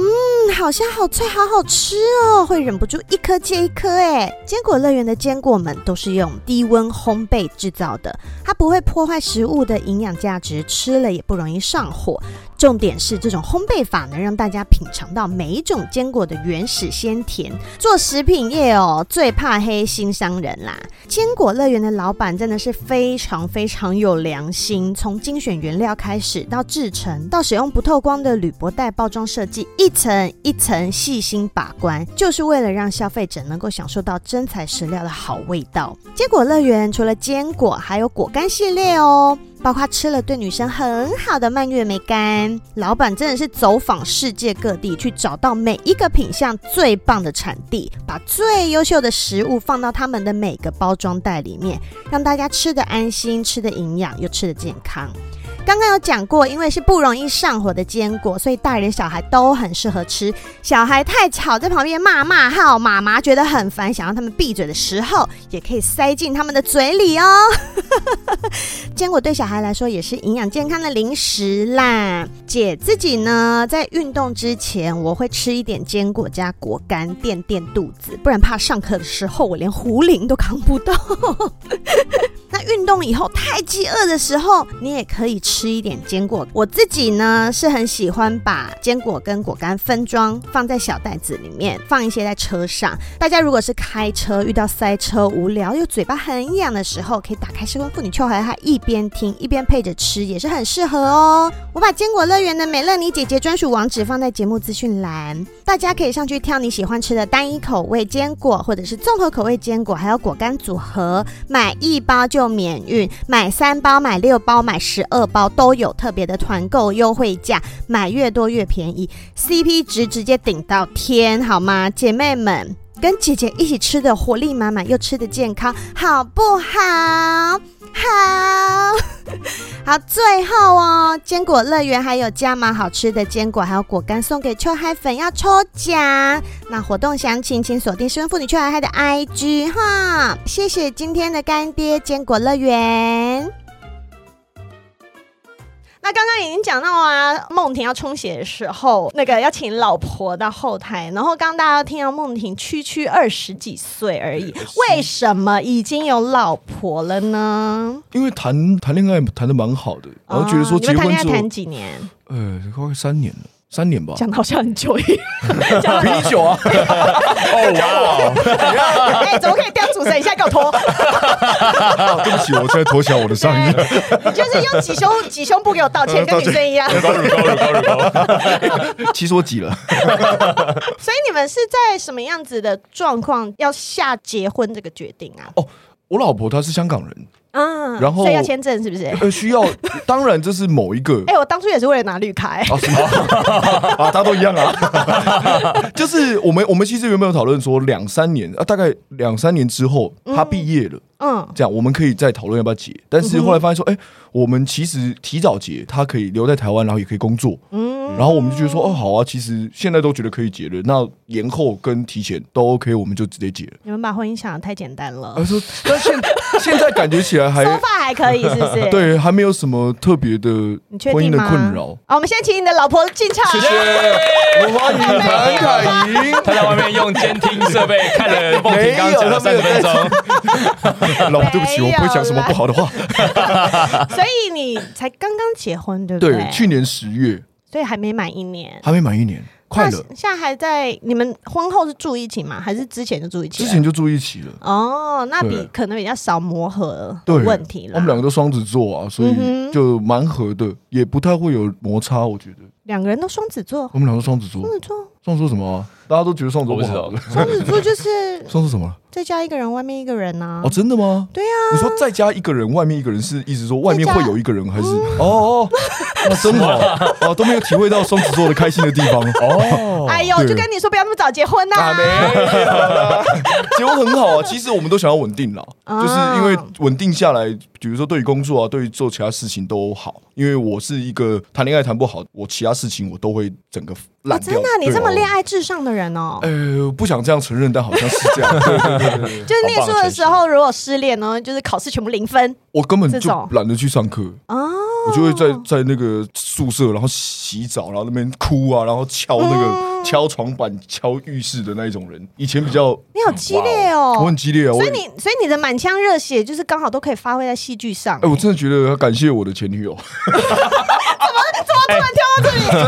好香、好脆、好好吃哦，会忍不住一颗接一颗。哎，坚果乐园的坚果们都是用低温烘焙制造的，它不会破坏食物的营养价值，吃了也不容易上火。重点是这种烘焙法能让大家品尝到每一种坚果的原始鲜甜。做食品业哦，最怕黑心商人啦。坚果乐园的老板真的是非常非常有良心，从精选原料开始，到制成，到使用不透光的铝箔袋包装设计，一层一层细心把关，就是为了让消费者能够享受到真材实料的好味道。坚果乐园除了坚果，还有果干系列哦。包括吃了对女生很好的蔓越莓干，老板真的是走访世界各地，去找到每一个品相最棒的产地，把最优秀的食物放到他们的每个包装袋里面，让大家吃的安心，吃的营养又吃的健康。刚刚有讲过，因为是不容易上火的坚果，所以大人小孩都很适合吃。小孩太吵，在旁边骂骂号，妈妈觉得很烦，想让他们闭嘴的时候，也可以塞进他们的嘴里哦。坚果对小孩来说也是营养健康的零食啦。姐自己呢，在运动之前，我会吃一点坚果加果干垫垫肚子，不然怕上课的时候我连壶铃都扛不到。 那运动以后太饥饿的时候，你也可以吃一点坚果。我自己呢是很喜欢把坚果跟果干分装，放在小袋子里面，放一些在车上。大家如果是开车遇到塞车无聊又嘴巴很痒的时候，可以打开《失婚妇女秋海》，它一边听一边配着吃，也是很适合哦。我把坚果乐园的美乐妮姐姐专属网址放在节目资讯栏，大家可以上去挑你喜欢吃的单一口味坚果，或者是综合口味坚果，还有果干组合，买一包就免运，买三包、买六包、买十二包都有特别的团购优惠价，买越多越便宜，CP 值直接顶到天，好吗，姐妹们？跟姐姐一起吃的活力满满，又吃的健康，好不好？好好，最后哦，坚果乐园还有加码好吃的坚果，还有果干送给秋海粉要抽奖。那活动详情请锁定《失婚妇女秋海嗨》的 IG 哈。谢谢今天的干爹坚果乐园。那刚刚已经讲到啊，梦婷要充血的时候，那个要请老婆到后台。然后刚刚大家听到梦婷区区二十几岁 而已，为什么已经有老婆了呢？
因为谈谈恋爱谈的蛮好的，然后觉得说
哦
结
你们谈
婚
恋爱
之后
谈，几年？
呃，快三年了，三年吧，
讲的好像很久一 样。讲
比
得
你久哦啊，
哦哇哦，
哎、怎么可以这样主持人一下给我拖？
啊 对不起，我在投降我的 上呃一任，
你就是用挤胸挤胸部给我道歉，跟女生一样。
高乳高乳高乳高。
其实我挤了。
所以你们是在什么样子的状况要下结婚这个决定啊？
我老婆她是香港人，
嗯，
然后
所以要签证是不是？哎、
呃，需要，当然这是某一
哎
个。
我当初也是为了拿绿卡、哎
啊，什么 啊？大家都一样啊， 就是我们我们其实原本有讨论说两三年啊，大概两三年之后她毕业了，
嗯，
这样我们可以再讨论要不要结。但是后来发现说，哎、我们其实提早结，她可以留在台湾，然后也可以工作，
嗯
然后我们就觉得说，哦，好啊，其实现在都觉得可以结了，那延后跟提前都 OK，我们就直接结了。
你们把婚姻想的太简单了
他，说，但 现现在感觉起来呃还
说法还可以是不是？，
对，还没有什么特别的
你确
婚姻
定
的
吗？
困扰。
好，我们先请你的老婆进场。
谢谢，我们 欢迎谭凯莹。
他在外面用监听设备看 了凤婷刚刚讲了三十分钟，
老婆，对不起，我不会讲什么不好的话。
所以你才刚刚结婚，对不
对，去年十月
所以还没满一年。
还没满一年，快了
那，现在还在你们婚后是住一起吗？还是之前就住一起
之
了？
前就住一起了。
哦，那比
对
可能比较少磨合的
对，
问题了。
我们两个都双子座啊，所
嗯
以
哼
就蛮合的，也不太会有摩擦。我觉得
两个人都双子座，
我们两个都双子座
双，子座，
双子座什么啊？大家都觉得双子座不好
我不知。
双子座就是
双子什么了？
在家一个人，外面一个人呐、
哦，真的吗？
对啊，
你说在家一个人，外面一个人是意思说外面
在家
会有一个人，还是
嗯
哦哦，那真好哦，都没有体会到双子座的开心的地方哦。
哎呦，
对
就跟你说不要那么早结婚呐、
啊，没有啦，结婚很好啊。其实我们都想要稳定啦，
啊
就是因为稳定下来，比如说对于工作啊，对于做其他事情都好。因为我是一个谈恋爱谈不好，我其他事情我都会整个
哦，
烂
真
掉。
的啊、你这么
对
恋爱至上的人哦。
呃，不想这样承认，但好像是这样。对对对对对
就是念书的时候，如果失恋呢，就是考试全部零分
我根本
这
就
种
懒得去上课，
哦。
我就会在在那个宿舍，然后洗澡，然后那边哭啊，然后敲那
嗯
个、敲床板、敲浴室的那一种人。以前比较，
你好激烈哦！
我很激烈啊。
所
我
以
也
你，所以你的满腔热血就是刚好都可以发挥在戏剧上。
哎、我真的觉得要感谢我的前女友，啊
哦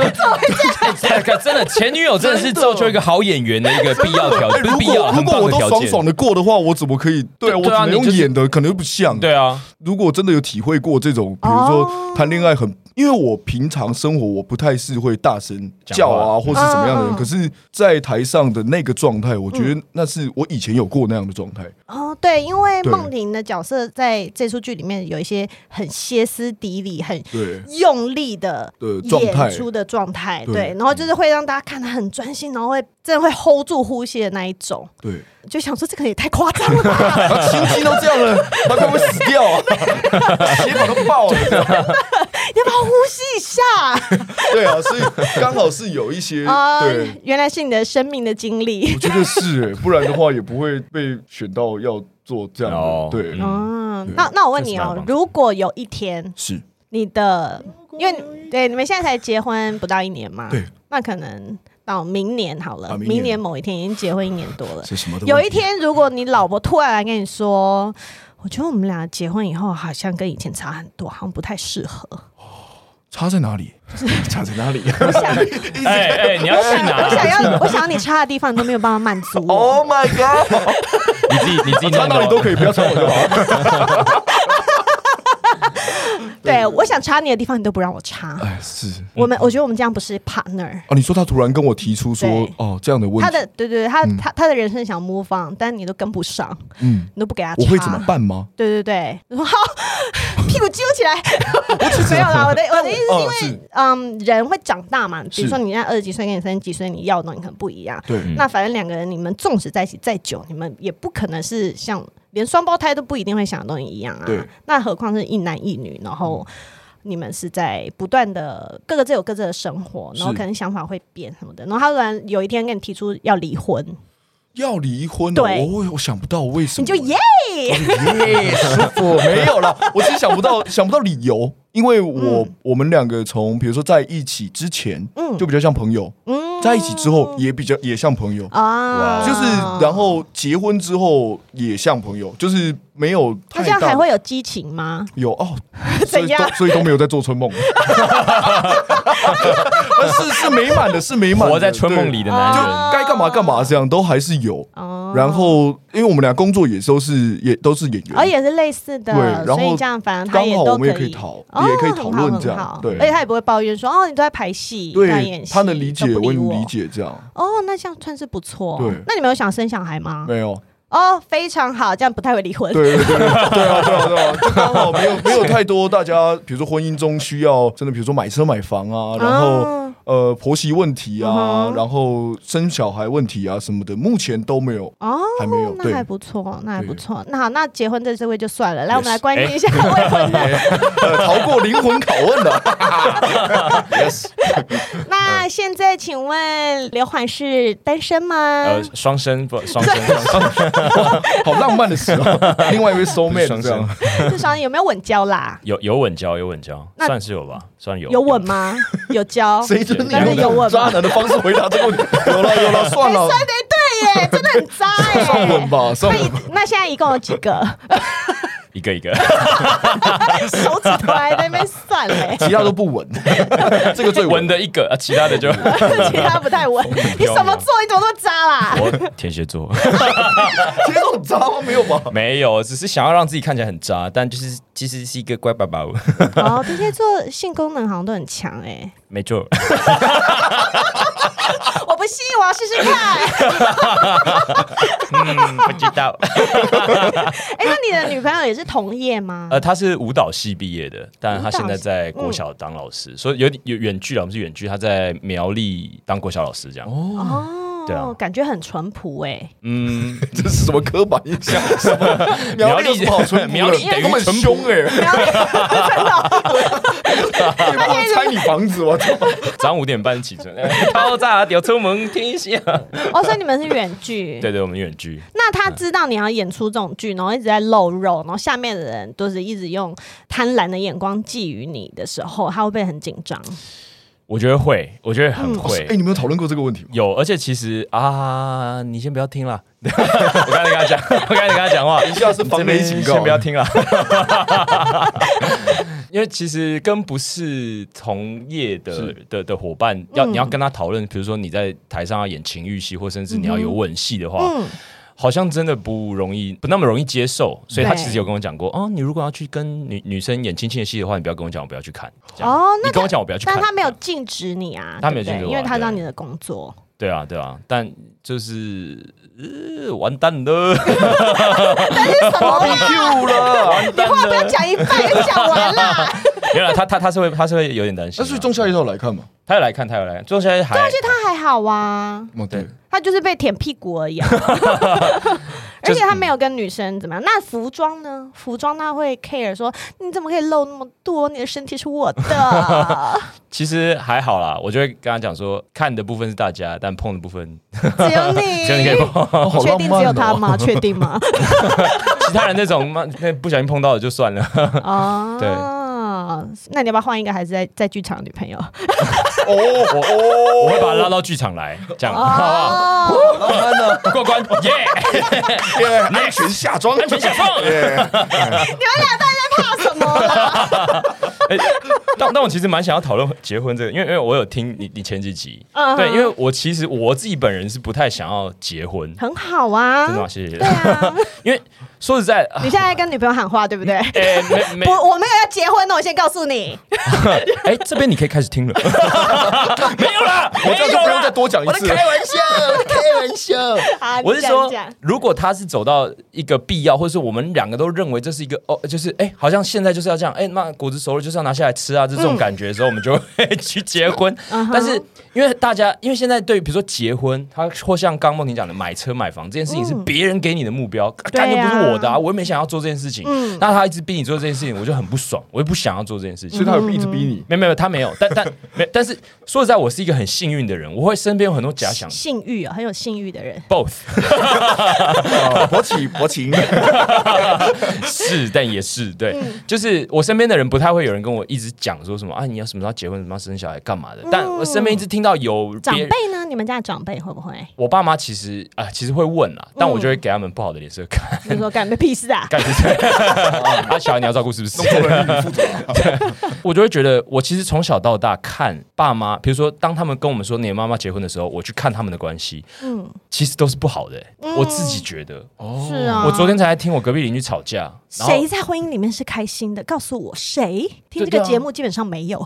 哎真的前女友真的是造就一个好演员的一个必要条
哎
件，不是
如
必要
果
啊，
如
很
果
棒
我
的
都
条
爽爽
件。
的过的话，我怎么可以？对啊，我
对
只
啊
能
你
用
就是
演的，可能又不像。
对啊，
如果真的有体会过这种，比如
哦
说谈恋爱很，因为我平常生活我不太是会大声叫啊，或是怎么样
嗯
的
嗯嗯
人，可是，在台上的那个状态，我觉得那是我以前有过那样的状态。
哦，对，因为
啊对
梦婷的角色在这出剧里面有一些很歇斯底里、很
对
用力的
的状态
演出的状态，
对
对，然后就是会让大家看得很专心，然后会真的会 hold 住呼吸的那一种，
对，
就想说这个也太夸张了吧。
他心肌啊都这样 了，他会不会死掉 啊？血管都爆了。
你要不要呼吸一下？
对啊，所以刚好是有一些
啊、
对。
原来是你的生命的经历
我。觉得是、欸，不然的话也不会被选到要做这样的。
哦
对，
嗯
嗯
对，
那那我问你
这是蛮
哦
棒，的
如果有一天
是
你的，因为对你们现在才结婚不到一年嘛，
对，
那可能到明年好了，
啊明
明
年
某一天已经结婚一年多了。
是什么的问题？
有一天，如果你老婆突然来跟你说，我觉得我们俩结婚以后好像跟以前差很多，好像不太适 合。
差在 哪里？ 差在哪里？
我想，
哎哎，你要去
我 想
哪？
要，我想要你差的地方你都没有办法满足我。
my god！
你自己你自己
差
弄
哪里
的
都可以，不要差 我就好。
对，我想插你的地方，你都不让我插。
哎，是
我们我觉得我们这样不是 partner。
哦，你说他突然跟我提出说
对，
哦，这样的问
他
题，
的对对，对他他他的人生想 move on，但你都跟不上，
嗯，
你都不给他。
我会怎么？办吗？
对对对， 然后屁股揪起来， 没有啦，我的我的意思
哦，
是因
是
为，嗯，人会长大嘛，比如
是
说你现在二十几岁跟你三十几岁，你要的东西可能不一样。
对，
那反正两个人，你们纵使在一起再久，你们也不可能是像连双胞胎都不一定会想的东西一样啊
对。嗯
那何况是一男一女，然后你们是在不断的各个自有各自的生活，然后
是
可能想法会变什么的。然后他突然有一天跟你提出要离婚，
要离婚哦，
对
我我我想不到为什么，
你就耶，
耶，舒服，没有啦，我只是想不到想不到理由，因为我、我们两个从比如说在一起之前，
嗯
就比较像朋友，
嗯
在一起之后也比较也像朋友。
啊，
就是，然后结婚之后也像朋友，就是没有
那
太
这样
大
还会有激情吗？
有哦，所
怎
以
样
都所以都没有在做春梦， 呃是是美满的，是美满的，
活在春梦里的男
对，就
人，
该干嘛干嘛，这样都还是有。
哦，
然后，因为我们俩工作也都是也都是演员，
而哦也是类似的，
对然后
所以这样反正他也
刚好
都
我们也
可
可
以
以讨
哦
也可以讨论这
很
样
好很好
对
而且他也不会抱怨说哦，你都在排戏，都在演
对
戏，
他能理解，
都不
我
理
能
我
理。解这样。
哦，那这样算是不错。哦
对
那你们有想生小孩吗？
没有，
哦，非常好，这样不太会离婚。
对对对对啊对啊对啊，对啊就刚好没有没有太多大家，比如说婚姻中需要真的，比如说买车买房啊，然后
啊
呃婆媳问题啊
嗯哼，
然后生小孩问题啊什么的，目前都没有，
哦，
还没有。
那
对
还，不错，那还
对
不错。那好，那结婚的这位就算了，来，我们来
Yes 哎
关心一下未 婚的。
呃逃过灵魂拷问了。yes，
那现在请问刘缓是单身吗？
呃，双生不 双生，双生
好浪漫的时候，另外一位 soul
不是
mate
双
这样
生，
至少有没有稳交啦？
有有稳交有稳交，
那
算是有吧，算有
有稳吗？有交？
谁准你
但是有
用
稳吗
渣男的方式回答这个问题？有了有了，算了，
哎对耶，真的很 渣哎、
算稳吧，算
那
稳
一
吧。
那现在一共有几个？
一个一 个。
手指头还在那边算 嘞、
其他都不稳，这个最
稳
稳。
的一个，啊，其他的就
其他不太稳。你什么座？你怎么那么渣啦？
我天蝎座
其他都很渣吗？没有吧？
没有，只是想要让自己看起来很渣，但就是其实是一个乖宝宝，
哦，天蝎座性功能好像都很强哎、
没错。
我不信，我要试试 看。
嗯，不知道。
哎、那你的女朋友也是同业吗？
呃，他是舞蹈系毕业的，但他现在在
舞蹈系嗯
国小当老师，所以有点有远距了，我们是远距，他在苗栗当国小老师这样。
哦，
呃对啊
感觉很淳朴哎、
嗯，
这是什么刻板印 象？什么苗栗有什么好淳朴的
苗栗等于
他们很凶 哎， 真的，我拆你房子，我操！
早上五点半起床， 哎敲诈屌出门天蝎。
哦，所以你们是远距。
对对，我们远距。
那他知道你要演出这种剧，然后一直在露肉，然后下面的人都是一直用贪婪的眼光觊觎你的时候，他会不会很紧张？
我觉得会，我觉
嗯
得很
哎你
会，。
们有讨论过这个问题吗？
有，而且其实啊，你先不要听啦。 我刚才跟他讲，我刚才跟他讲话，
以下是防雷警告
先不要听啦。 因为其实跟不是同业的
是
的的伙伴，要你要跟他讨论，比如说你在台上要演情欲戏，或甚至你要有吻戏的话，
嗯，
好像真的不容易，不那么容易接受。所以他
对
其实有跟我讲过，哦，你如果要去跟女女生演亲亲的戏的话，你不要跟我讲，我不要去看。这样
哦那
你跟我讲，我不要去看。
但他没有禁止你啊，
他没有
对不对
禁止我啊
因为他知道
对
你的工作。
对啊，对啊，但就是、呃、完蛋了。
什么啦？
Q 了，
你话 不要讲一半，就讲完 啦。
原来他他他是会他是会有点担心
那
啊，
所以仲夏夜要来看嘛？
他有来看，他有来看，仲夏夜还
但是他还好啊，
哦，对，
他就是被舔屁股而已、 啊。而且他
嗯
没有跟女生怎么样。那服装呢？服装他会 care 说你怎么可以露那么多？你的身体是我 的，
其实还好啦，我就会跟他讲说，看的部分是大家，但碰的部分
只有你，
只有你可以 碰，
哦好
确
浪
定只
漫
有他
哦。
吗？确定吗？
其他人那种妈那不小心碰到了就算了。
啊，
对。
哦那你要不要换一个还是在在剧场的女朋 友？
哦哦，
我会把他拉到剧场来，这样好不好？
哦，
浪漫呢，
过关耶，
安全下装，哎
安 全下 放。
怕什么啊 啦？
哎但但我其实蛮想要讨论结婚这个，因为因为我有听你你前几集，
嗯
对，因为我其实我自己本人是不太想要结婚，
很好啊，
真的吗？谢谢
对。啊，
因为说实 在，啊
你现在在跟女朋友喊话对不对？
哎，没 没
不，，我没有要结婚的，我先告诉你。
哎，这边你可以开始 听了。没有啦，
我这样就不用再多讲一
我
次
在
了
开。玩笑。
开玩笑，
好，你
我是
讲
说
讲，
如果他是走到一个必要，或者是我们两个都认为这是一个哦，就是哎、好像现在就是要这样，哎、那果子熟了就是要拿下来吃啊，就这种感觉的时候，我们就会去结婚。
嗯哼
但是因为大家，因为现在对于比如说结婚，他或像刚梦婷讲的买车买房这件事情是别人给你的目标，干、
嗯对
的
啊
不是我的啊，我又没想要做这件事情。
嗯
那他一直逼你做这件事情，我就很不爽，我也不想要做这件事
嗯
情
所以。他有一直逼你。
没有没有，他没有，但但没，但是说实在，我是一个很幸运的人，我会身边有很多假想
性欲啊，很有性欲的人，
both，
啊勃起勃起，
是，但也是对，就是我身边的人不太会有人跟我一直讲说什么啊，你要什么时候结婚，什么时候生小孩，干嘛的。但我身边一直听到有
长
别人，
辈呢？你们家的长辈会不会？
我爸妈其实啊、其实会问啦，但我就会给他们不好的脸色看。
你说干你屁事啊？
干就是 啊，小孩你要照顾是不是？我就会觉得，我其实从小到大看爸妈，比如说当他们跟我们说你的妈妈结婚的时候，我去看他们的关系，
嗯，
其实都是不好的、欸我自己觉得，
是啊。
我昨天才在听我隔壁邻居吵架，然后
谁在婚姻里面是开心的？告诉我谁？听这
对
个
对啊
节目基本上没有。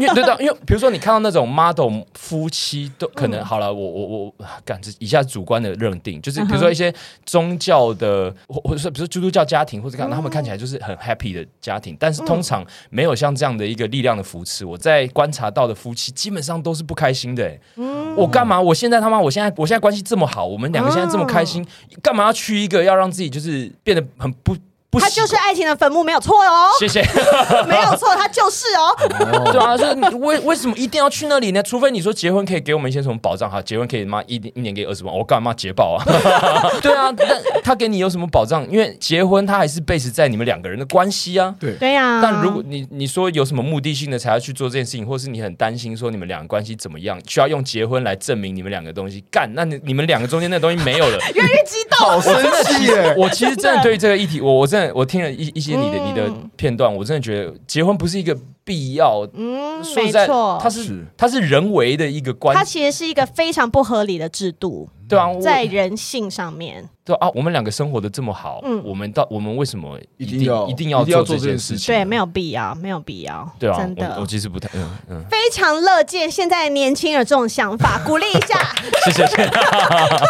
因 为对的，因为比如说你看到那种 model 夫妻都可
嗯
能、好了，我我我，感这以下主观的认定，就是
嗯
比如说一些宗教的，或或者说比如说基督教家庭或者
哦
干嘛，他们看起来就是很 happy 的家庭，但
嗯
是通常没有像这样的一个力量的扶持。我在观察到的夫妻基本上都是不开心的、欸
嗯
我干嘛？我现在他妈，我现在我
嗯
现在关系这么好，我们两个现在这么开心，干嘛要去一个要让自己就是变得很不？不习
它
惯
就是爱情的坟墓，没有错哦，
谢谢。
没有错，它就是 哦。
对啊，所以你为 为什么一定要去那里呢？除非你说结婚可以给我们一些什么保障哈，结婚可以妈一一年给二十万，我干嘛捷报啊？ 对 啊，但他给你有什么保障？因为结婚他还是 base 在你们两个人的关系啊。
对
对呀、
但如果你你说有什么目的性的才要去做这件事情，或是你很担心说你们两个关系怎么样，需要用结婚来证明你们两个东西干，那你你们两个中间那东西没有了，
越来越激动，
好生气耶！
我其实真的对于这个议题，我我真的我听了一一些你的、你的片段，我真的觉得结婚不是一个必要。
嗯，
说
没
实在，
错，
它是
是
它是人为的一个关
它，其实是一个非常不合理的制度，
对啊，我
在人性上面。
对啊，我们两个生活的这么好，
嗯
我们到我们为什么一
一定要
一定要
一定要做
做这
这
件
件
事
事
情？
对，没有必要，没有必要，
对啊
真，
我
的
我其实不太嗯嗯，
非常乐见现在年轻人这种想法，鼓励一下，
谢谢谢谢，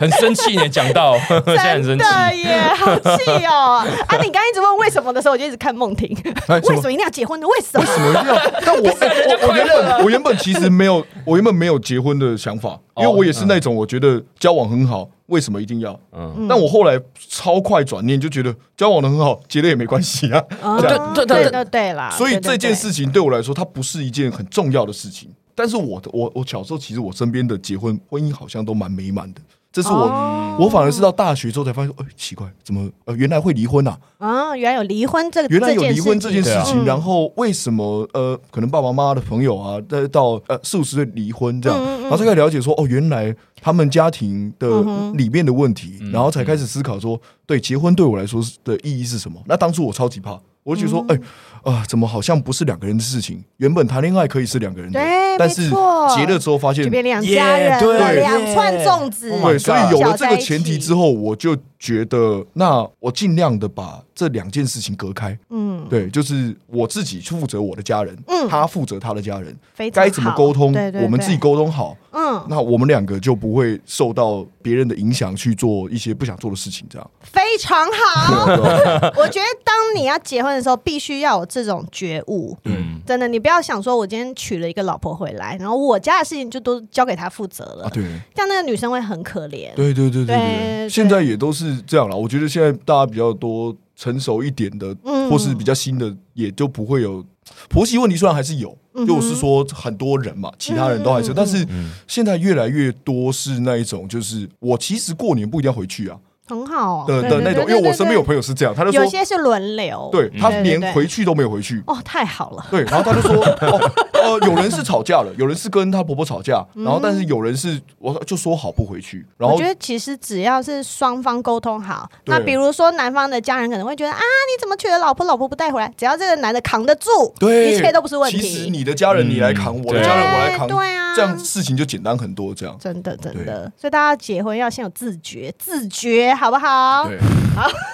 很生气呢，讲到 现在很
真
生气，
的耶，好气哦！啊，你刚刚一直问为什么的时候，我就一直看梦婷，
哎什
为
么
什么一定要结婚呢？为什么？
怎么一定要？ 但我
啊
我我原本我原本其实没有，我原本没有结婚的想法，因
哦
为我也是
嗯
那种我觉得交往很好，为什么一定要？
嗯，
但我后来超快转念，就觉得交往的很好，结了也没关系啊。
啊
对
对对
对对啦，
所以
啊对对
这件
对
事情对我来说，它不是一件很重要的事情。但是我的我我小时候，其实我身边的结婚婚姻好像都蛮美满的。这是我、
哦
我反而是到大学之后才发现，哎、奇怪，怎么呃原来会离婚啊？
啊，原来有离婚这个，
原来有离婚这件事
这件事
情，
情嗯
然后为什么呃，可能爸爸妈妈的朋友啊，再到呃四五十岁离婚
嗯
这样，然后才开始了解说，哦，原来他们家庭的
嗯
里面的问题，
嗯
然后才开始思考说，对结婚对我来说是的意义是什么？那当初我超级怕，我就觉得说，哎
嗯
啊、怎么好像不是两个人的事情？原本谈恋爱可以是两个人的
对，
但是
没错
结了之后发现
就，变两家人
Yeah，对
了，两串粽子
Oh my
对，
God
所以有了这个前提之后，我就觉得，那我尽量的把这两件事情隔开。
嗯，
对，就是我自己去负责我的家人，
嗯
他负责他的家人，
非常
该怎么沟通，
好对对
我们自己，沟通好，
对嗯，
那我们两个就不会受到别人的影响去做一些不想做的事情，这样。
非常好。
对啊
我觉得当你要结婚的时候，必须要有这种觉悟。
嗯，
真的，你不要想说，我今天娶了一个老婆回来，然后我家的事情就都交给她负责了，
啊，对，
这样那个女生会很可怜。
对对对对
对
对，现在也都是这样了。我觉得现在大家比较多成熟一点的，
嗯
或是比较新的，也就不会有婆媳问题。虽然还是有，
嗯
就我是说很多人嘛，其他人都还是有，但是现在越来越多是那一种，就是我其实过年不一定要回去啊
很好
的
对
的那
对
种，因
对
为我
对
身边有朋友是这样，他就
有
说，
些是轮流，
对他
对对
连
对
回去都没有 回去。
哦，太好了，
对，然后他就说，哦，呃，有人是吵架了，有人是跟他婆婆吵架，然后但是有人是，我就说好不回去，然
嗯我
后
觉得其实只要是双方沟通好，
对
那比如说男方的家人可能会觉得啊，你怎么娶了老婆，老婆不带回来？只要这个男的扛得住，
对，
一切都不是问题。
其实你的家人你来扛，
嗯
我的家人我来扛，
对对啊
这样事情就简单很多。这样，
真的真的，所以大家结婚要先有自觉，自觉好不好？
对，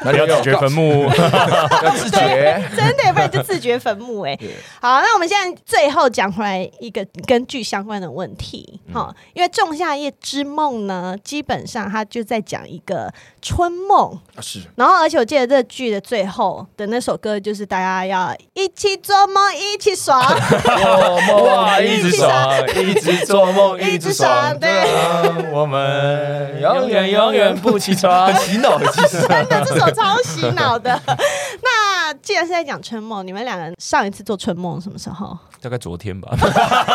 不要自掘坟墓，
要自 觉。
真的，不然就自掘坟墓哎、好，那我们现在最后讲回来一个跟剧相关的问题
嗯
哈、因为《仲夏夜之梦》呢，基本上它就在讲一个春梦，
啊是，
然后，而且我记得这剧的最后的那首歌，就是大家要一起做梦，一起 爽，
哇，一直爽，一直做梦，
一
一
直
直
爽
爽，
对
啊，我们永远永远不起床
很。洗脑的，其实
真的，这首超洗脑的。 那既然是在讲春梦，你们两个人上一次做春梦什么时候？
大概昨天吧，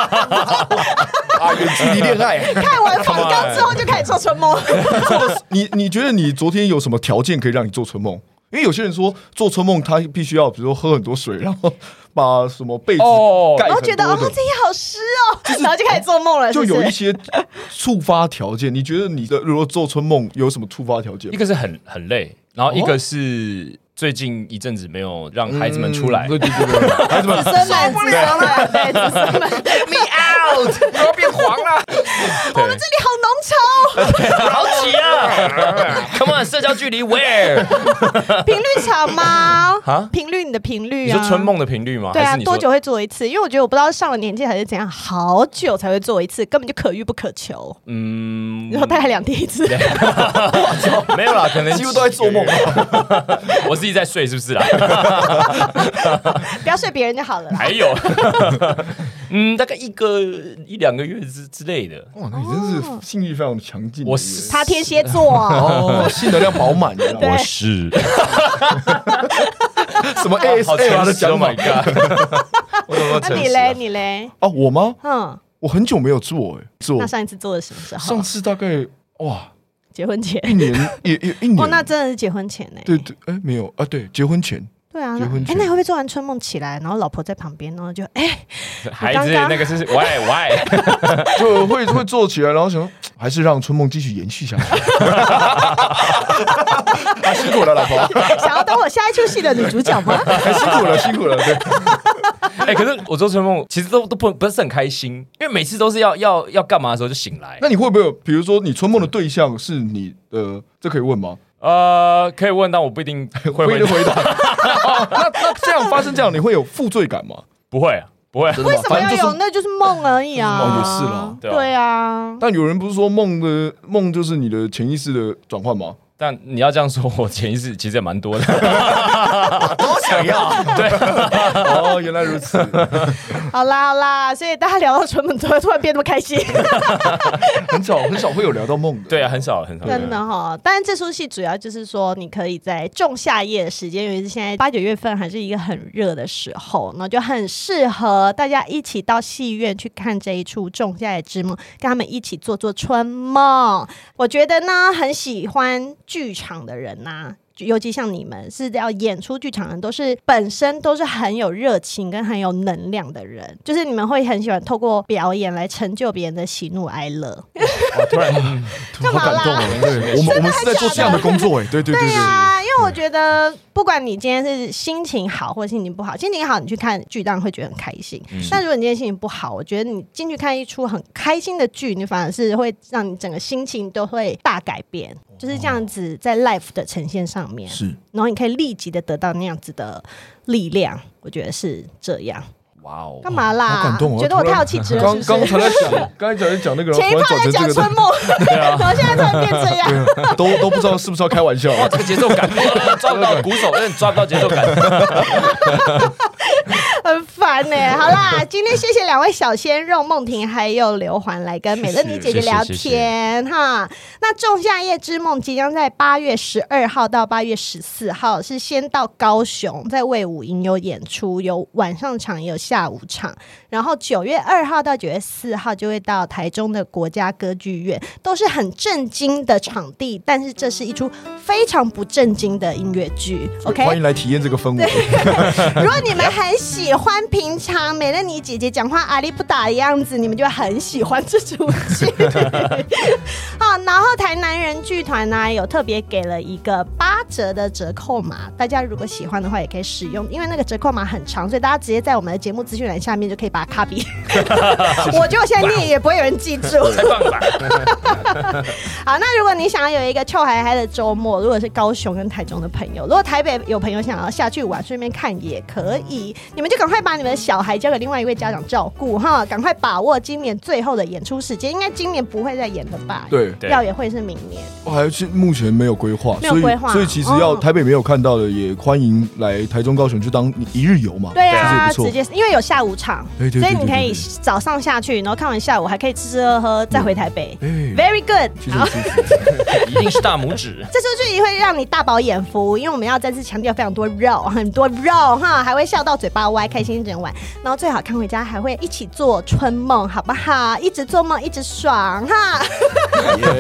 啊，远距离恋爱。
看完反纲之后就开始做春梦，
你你觉得你昨天有什么条件可以让你做春梦？因为有些人说做春梦，他必须要比如说喝很多水，然后把什么被子
哦
盖
然后
很
觉得哦
多的
自，己好湿哦，然后就开始做梦了，
就
不
是有
是
一些触发条件。你觉得你的如果做春梦有什么触发条件
一？个是很很累，然后一个是最近一阵子没有让孩子们出来
嗯，对对对对，孩子们
资深们，资深们，对，资深们，
me out，我 要变黄了。我
这
们
里好浓稠，
好挤啊 ！Come on，社交距离 where？
哦频率长吗？
啊
频率你的频率
你
啊？
说春梦的频率吗？
对
还
啊，
是你说
多久？会做一次？因为我觉得我不知道上了年纪还是怎样，好久才会做一次，根本就可遇不可求。
嗯，
然后大概两天一次，
哦没 有啦，可能
几乎都在做梦。啊
我自己在睡，是不是 啦？
不要睡别人就好了啦。
还啊 有，嗯，大概一个一两个月之之类的。
哇，那你真是性欲非常强劲耶。
我是
他天蝎座，
哦，性能量饱满，你知道吗
对
我是
什么 S
好
A
诚
啊的
实
讲
，Oh
法
my god！我 怎
那
么诚
你
实
嘞，
啊？
你嘞，
啊？我吗？
嗯，
我很久没有做哎，做
那上一次做的什么时候
上？次大概哇
结婚前。
一年也也一
哦，
年，
那真的是结婚前呢、
对对哎没有啊对，结婚前
对啊，
结
那
婚
哎、
前
那你会不会做完春梦起来，然后老婆在旁边，然后就哎、
孩子
我刚刚
那个是 why why？
就会会做起来，然后想说还是让春梦继续延续下去。 啊，辛苦了，老婆，哎
想要当我下一出戏的女主角吗？
辛苦了，辛苦了，对，
哎，可是我做春梦其实都都不不是很开心，因为每次都是要要要干嘛的时候就醒来
那。你会不会有，比如说你春梦的对象是你呃，这可以问吗？
呃，可以问，但我不一定 会
不一定
回
回答。 那那这样发生这样，你会有负罪感吗？
不会啊不会啊。
真的
为
吗
什么
反正
要
就
有？
是
那就是梦而已啊。
哦也是啦
对啊
对啊，
但有人不是说梦的梦就是你的潜意识的转换吗？
但你要这样说，我潜意识其实也蛮多 的。
我想 要，对，哦，原来如此。
好啦好啦，所以大家聊到春梦，突然突然变那么开心，
很少很少会有聊到梦的。
对啊，很少很少。
真的哈。但是这出戏主要就是说，你可以在仲夏夜的时间，尤其是现在八九月份还是一个很热的时候，那就很适合大家一起到戏院去看这一出《仲夏夜之梦》，跟他们一起做做春梦。我觉得呢，很喜欢剧场的人呐、尤其像你们是要演出剧场的人，都是本身都是很有热情跟很有能量的人，就是你们会很喜欢透过表演来成就别人的喜怒哀乐。
哇突然嗯
干嘛啦
哦对，我们我们是在做这样的工作，哎，对对对
对
对。
啊，因为我觉得，不管你今天是心情好或者心情不好，心情好你去看剧当然会觉得很开心。
嗯
但如果你今天心情不好，我觉得你进去看一出很开心的剧，你反而是会让你整个心情都会大改变，就是这样子在 life 的呈现上面，
哦是，
然后你可以立即的得到那样子的力量，我觉得是这样。
哇哦，
干嘛啦？
好感动哦
啊觉得我太有气质了，是
刚
不是？
刚才在讲， 刚才在讲那个， 啊
前一
然后突
趴在
然
讲
转成这
春梦， 然后现在突然变
啊
这样。
个，都都不知道是不是要开玩笑。啊
哇，这个节奏感抓不到，鼓手有点抓不到节奏感。
很烦呢、好 啦，今天谢谢两位小鲜肉梦婷还有刘环来跟美乐妮姐姐聊天
谢谢谢
哈。那《仲夏夜之梦》即将在八月十二号到八月十四号是先到高雄，在魏武营有演出，有晚上场也有下午场。然后九月二号到九月四号就会到台中的国家歌剧院，都是很震惊的场地，但是这是一出非常不震惊的音乐剧。OK，
欢迎来体验这个氛围。
如果你们很喜欢平常美乐妮姐姐讲话阿力不打的样子，你们就很喜欢这出剧。好，然后台南人剧团呢、有特别给了一个八折的折扣码，大家如果喜欢的话也可以使用，因为那个折扣码很长，所以大家直接在我们的节目资讯栏下面就可以把它 copy。我觉得我现在念也不会有人记住。
太棒了吧！
好，那如果你想要有一个臭嗨嗨的周末，如果是高雄跟台中的朋友，如果台北有朋友想要下去玩，顺便看也可以，你们就赶快把你们的小孩交给另外一位家长照顾哈，赶快把握今年最后的演出时间，应该今年不会再演了吧？，
对，
对
要也会是明年。
我哦还是目前没有规划，
没有
所以
规划
所以其实要
哦
台北没有看到的，也欢迎来台中、高雄就当一日游嘛。
对啊，
其实也
直
不错。哎
接因为有下午场，
对对对
所以你
对对
可以
对
早上下去，然后看完下午还可以吃吃喝喝，再回台北。
哎，
Very good，
其实
好
很。舒服。
一定是大拇指。
这出剧会让你大饱眼福，因为我们要再次强调非常多肉，很多肉哈，还会笑到嘴巴歪，开心一整晚。然后最好看回家还会一起做春梦，好不好？一直做梦，一直爽哈。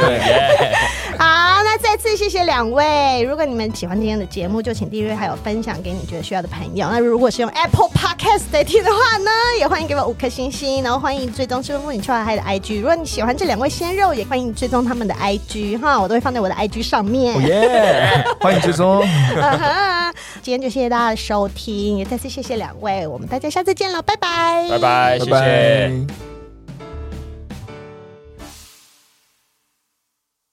好，那再次谢谢两位。如果你们喜欢今天的节目，就请订阅还有分享给你觉得需要的朋友。那如果是用 Apple Podcast 在听的话呢，也欢迎给我五颗星星，然后欢迎追踪吃妇女秋海嗨的 IG。如果你喜欢这两位鲜肉，也欢迎追踪他们的 IG 哈，我都会放在我的 IG 上面。
哦耶！欢迎追 踪，
啊哈今天就谢谢大家的收听，也再次谢谢两位，我们大家下次见喽，拜拜，
拜。拜，
拜
谢谢。
拜。